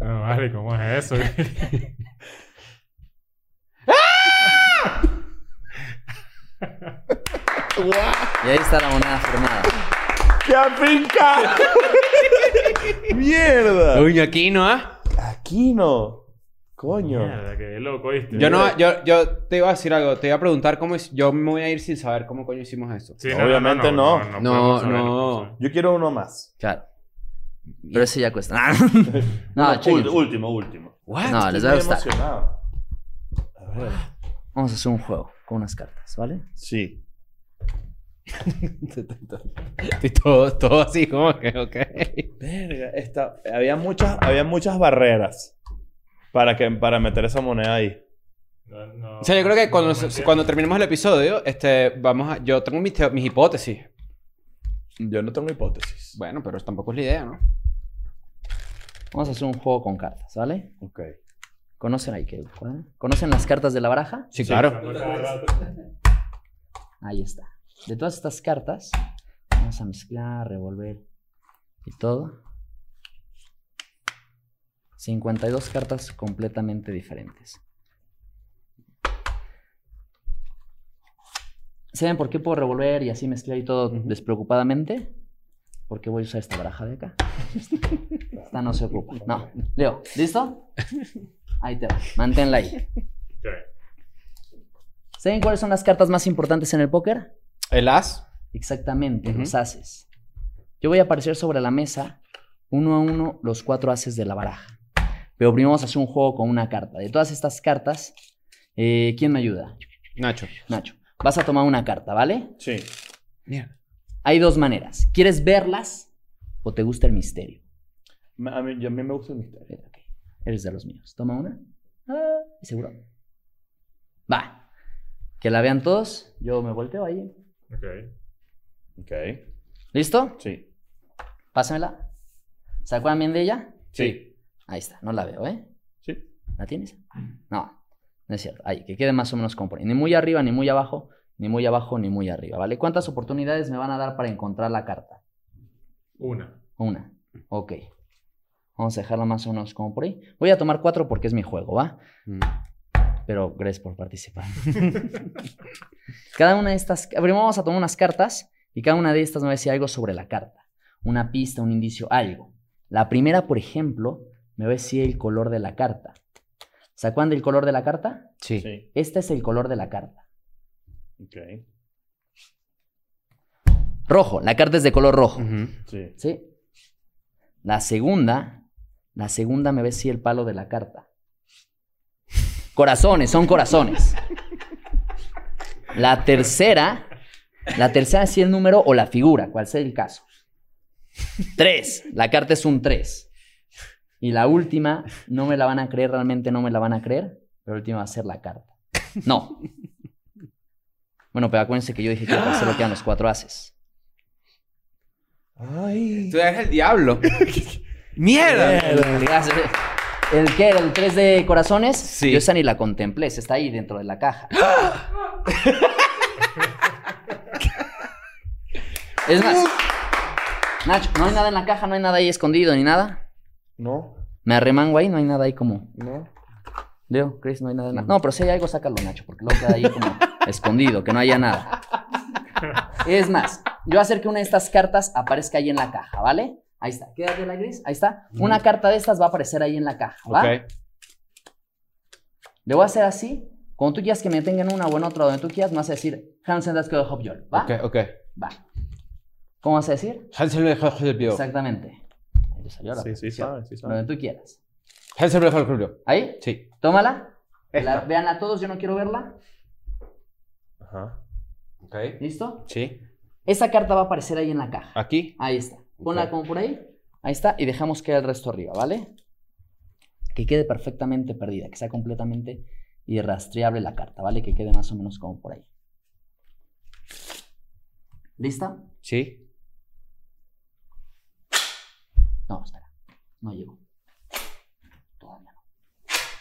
Ah, vale, ¿cómo es eso?
Y ahí está la moneda formada.
¡Qué finca! ¡Mierda!
Uy, aquí no, ¿ah?
Aquí no. Coño.
Mierda, qué loco, ¿viste?
Yo no, yo, yo te iba a decir algo, te iba a preguntar cómo es, yo me voy a ir sin saber cómo coño hicimos eso.
Sí,
Obviamente no.
No,
podemos saber,
no.
podemos
Yo quiero uno más.
Claro. Pero ese ya cuesta. Ah.
Uno-
No,
ul-
chequen.
último, último.
No, les va a
Ah, Estoy
gustar.
emocionado. A ver.
Vamos a hacer un juego con unas cartas, ¿vale?
Sí.
Estoy todo, todo así como que, ok.
Verga, esta- había, muchas, había muchas barreras para, que, para meter esa moneda ahí.
saber. No, no,
O sea, yo creo que
no,
cuando,
no entiendo.
cuando terminemos el episodio, este, vamos a, yo tengo mis, teo- mis hipótesis.
Yo no tengo hipótesis.
Bueno, pero tampoco es la idea, ¿no?
Vamos a hacer un juego con cartas, ¿vale?
Ok.
¿Conocen ahí qué? cuadra? ¿Conocen las cartas de la baraja?
Sí, claro.
Cuando cada rato-
Ahí está. De todas estas cartas, vamos a mezclar, revolver y todo. 52 cartas completamente diferentes. ¿Saben por qué puedo revolver y así mezclar y todo
Ujú.
despreocupadamente? Porque voy a usar esta baraja de acá. Esta no se ocupa. No. Leo, ¿listo? Ahí te va. Manténla ahí.
Ok.
¿Saben cuáles son las cartas más importantes en el póker?
El as.
Exactamente,
Ujú.
los haces. Yo voy a aparecer sobre la mesa uno a uno los cuatro haces de la baraja. Pero primero vamos a hacer un juego con una carta. De todas estas cartas, eh, ¿quién me ayuda?
Nacho.
Nacho. Vas a tomar una carta, ¿vale?
Sí.
Mierda.
Hay dos maneras. ¿Quieres verlas o te gusta el misterio?
Me- A mí, yo- a mí me gusta el misterio.
Eh, ok, Eres de los míos. Toma una. Ah, seguro. Va. Que la vean todos. Yo me volteo ahí.
Ok.
Ok.
¿Listo?
Sí.
Pásamela. ¿Se acuerdan bien de ella?
Sí.
Ahí está, no la veo, ¿eh?
Sí.
¿La tienes? No, no es cierto. Ahí, que quede más o menos componido. Ni muy arriba, ni muy abajo, ni muy abajo, ni muy arriba, ¿vale? ¿Cuántas oportunidades me van a dar para encontrar la carta?
Una.
Una. Ok. Vamos a dejarla más o menos como por ahí. Voy a tomar cuatro porque es mi juego, ¿va? Pero gracias por participar. cada una de estas... Primero vamos a tomar unas cartas y cada una de estas me va a decir algo sobre la carta. Una pista, un indicio, algo. La primera, por ejemplo, me va a decir el color de la carta. ¿Se acuerdan del color de la carta?
Sí.
Sí.
Este es el color de la carta.
Ok.
Rojo, la carta es de color rojo.
Ujú.
Sí.
¿Sí? La segunda, la segunda me ve si el palo de la carta. Corazones, son corazones. La tercera, la tercera si el número o la figura, cual sea el caso. Tres, la carta es un tres. Y la última, no me la van a creer, realmente no me la van a creer, pero la última va a ser la carta. No. Bueno, pero acuérdense que yo dije que al tercero quedan los cuatro haces.
Ay.
Tú eres el diablo. ¡Mierda!
Gracias. eh. ¿El qué? ¿El 3 de corazones?
Sí.
Yo esa ni la contemplé, se está ahí dentro de la caja. es más, Nacho, no hay nada en la caja, no hay nada ahí escondido ni nada.
No.
Me arremango ahí, no hay nada ahí como.
No.
Leo, Chris, no hay nada. en la- No, pero si hay algo, sácalo, Nacho, porque luego queda ahí como escondido, que no haya nada. Es más, yo hacer que una de estas cartas aparezca ahí en la caja, ¿vale? Ahí está, quédate la gris, ahí está. Una carta de estas va a aparecer ahí en la caja, ¿va?
Ok.
Le voy a hacer así. Cuando tú quieras que me tengan una o en otra, donde tú quieras, me vas a decir Hansen das que Hop York. ¿Va?
Ok, ok.
Va. ¿Cómo vas a decir?
Hansel el Pío.
Exactamente. Ahí te salió la
Sí, sí,
perfección.
sabe, sí, sabe.
Donde tú quieras.
Hansel el Pío.
Ahí,
Sí.
tómala.
Esta.
La, vean a todos, yo no quiero verla.
Ajá.
Ok.
¿Listo?
Sí.
Esa carta va a aparecer ahí en la caja.
Aquí.
Ahí está. Ponla
Ah. Ok.
como por ahí. Ahí está. Y dejamos que el resto arriba, ¿vale? Que quede perfectamente perdida, que sea completamente irrastreable la carta, ¿vale? Que quede más o menos como por ahí. ¿Lista?
Sí.
No, espera. No llegó. Todavía no.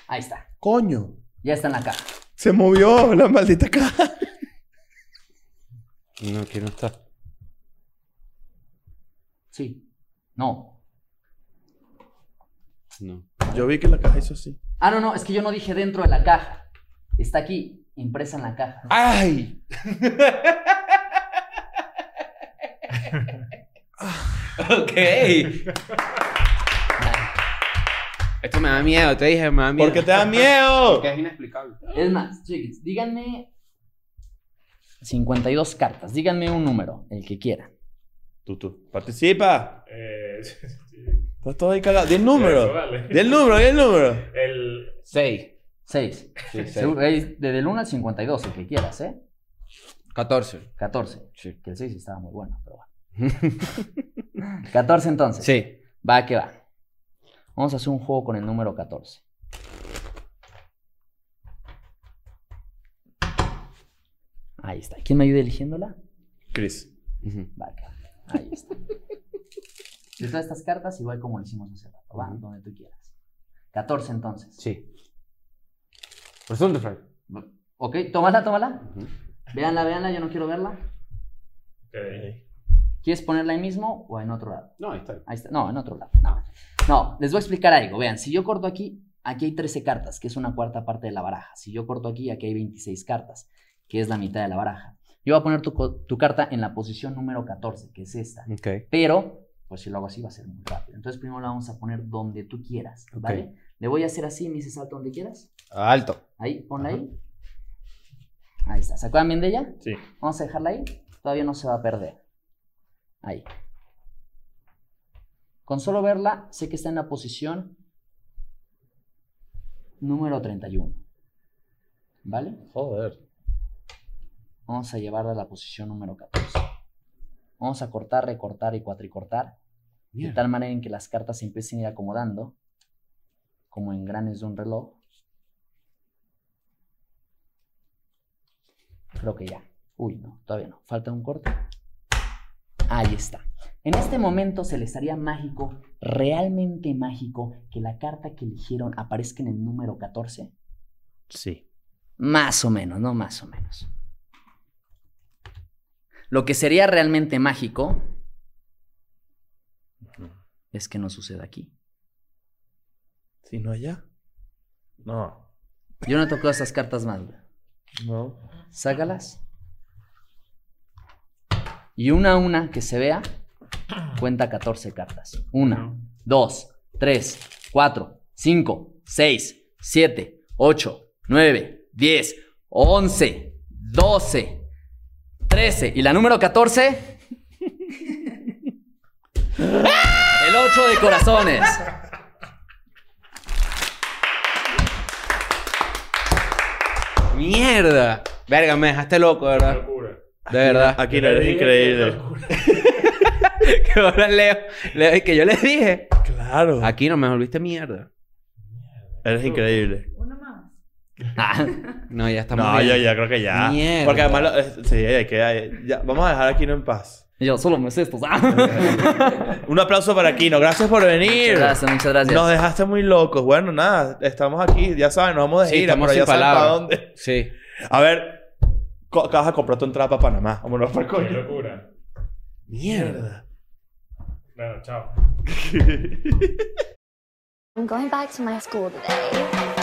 Ahí está.
Coño.
Ya está en la caja.
Se movió la maldita caja.
No, aquí no está.
Sí. No.
No.
Yo vi que la caja hizo así.
Ah, no, no, es que yo no dije dentro de la caja. Está aquí, impresa en la caja.
¡Ay! ok. Esto me da miedo, te dije, me da miedo.
Porque te da miedo.
es inexplicable.
Es más, chicos, díganme 52 cartas. Díganme un número, el que quieran.
Tú, tú. Participa.
Eh, sí, sí.
Estás todo ahí cagado. Di el
Eso,
número.
vale.
Di el número, di el número.
El...
Seis.
6.
Sí, seis.
eh, Desde el 1 al 52, el que quieras, ¿eh?
14.
14.
Sí.
Que el 6 estaba muy bueno, pero bueno. 14 entonces.
Sí.
Va que va. Vamos a hacer un juego con el número 14. Ahí está. ¿Quién me ayuda eligiéndola?
Chris.
Ujú.
Va que va. Ahí está. De todas estas cartas, igual como lo hicimos hace rato. Va, donde tú quieras. 14 entonces.
Sí. Resulta, Frank.
Ok, tómala, tómala. Veanla, veanla, yo no quiero verla.
ok.
¿Quieres ponerla ahí mismo o en otro lado?
No, ahí está.
Ahí está. No, en otro lado. No. No, les voy a explicar algo. Vean, si yo corto aquí, aquí hay 13 cartas, que es una cuarta parte de la baraja. Si yo corto aquí, aquí hay 26 cartas, que es la mitad de la baraja. Yo voy a poner tu, co- tu carta en la posición número 14, que es esta.
Ok.
Pero, pues si lo hago así va a ser muy rápido. Entonces primero la vamos a poner donde tú quieras, ¿vale? Le voy a hacer así, me dices salta donde quieras.
Alto.
Ahí, ponla
Ajá.
ahí. Ahí está. ¿Se acuerdan bien de ella?
Sí.
Vamos a dejarla ahí. Todavía no se va a perder. Ahí. Con solo verla, sé que está en la posición número 31. ¿Vale?
Joder.
Vamos a llevarla a la posición número 14. Vamos a cortar, recortar y cuatricortar. De tal manera en que las cartas se empiecen a ir acomodando. Como engranes de un reloj. Creo que ya. Uy, no, todavía no. Falta un corte. Ahí está. En este momento se les haría mágico, realmente mágico, que la carta que eligieron aparezca en el número 14.
Sí.
Más o menos, no más o menos. Lo que sería realmente mágico es que no suceda aquí.
Si no allá. No.
Yo no he tocado esas cartas más. güey.
No.
Sácalas. Y una a una que se vea, cuenta 14 cartas. Una, dos, tres, cuatro, cinco, seis, siete, ocho, nueve, diez, once, doce, trece. Y la número 14. El 8 de corazones.
¡Mierda! Verga, me dejaste loco, de
Qué
¿verdad?
locura.
De verdad.
Aquí no eres increíble.
que ahora leo, leo- y que yo les dije.
Claro.
Aquí no me volviste mierda.
Eres increíble.
Uno más.
Ah,
No, ya estamos.
No,
bien.
yo ya creo que ya.
Mierda.
Porque además, lo- es- sí, hay que, hay- ya. vamos a dejar a Kino en paz.
yo solo me sé estos. Ah.
Un aplauso para Kino. Gracias por venir.
Muchas gracias, muchas gracias.
Nos dejaste muy locos. Bueno, nada, estamos aquí. Ya saben, nos vamos de
Sí,
gira,
estamos
pero ya
sin
saben para
palabras.
dónde.
Sí.
A ver, co- acabas de comprar tu entrada para Panamá. Vámonos para el
Qué
coño.
locura.
Mierda.
Bueno, chao.
I'm going back to my school today.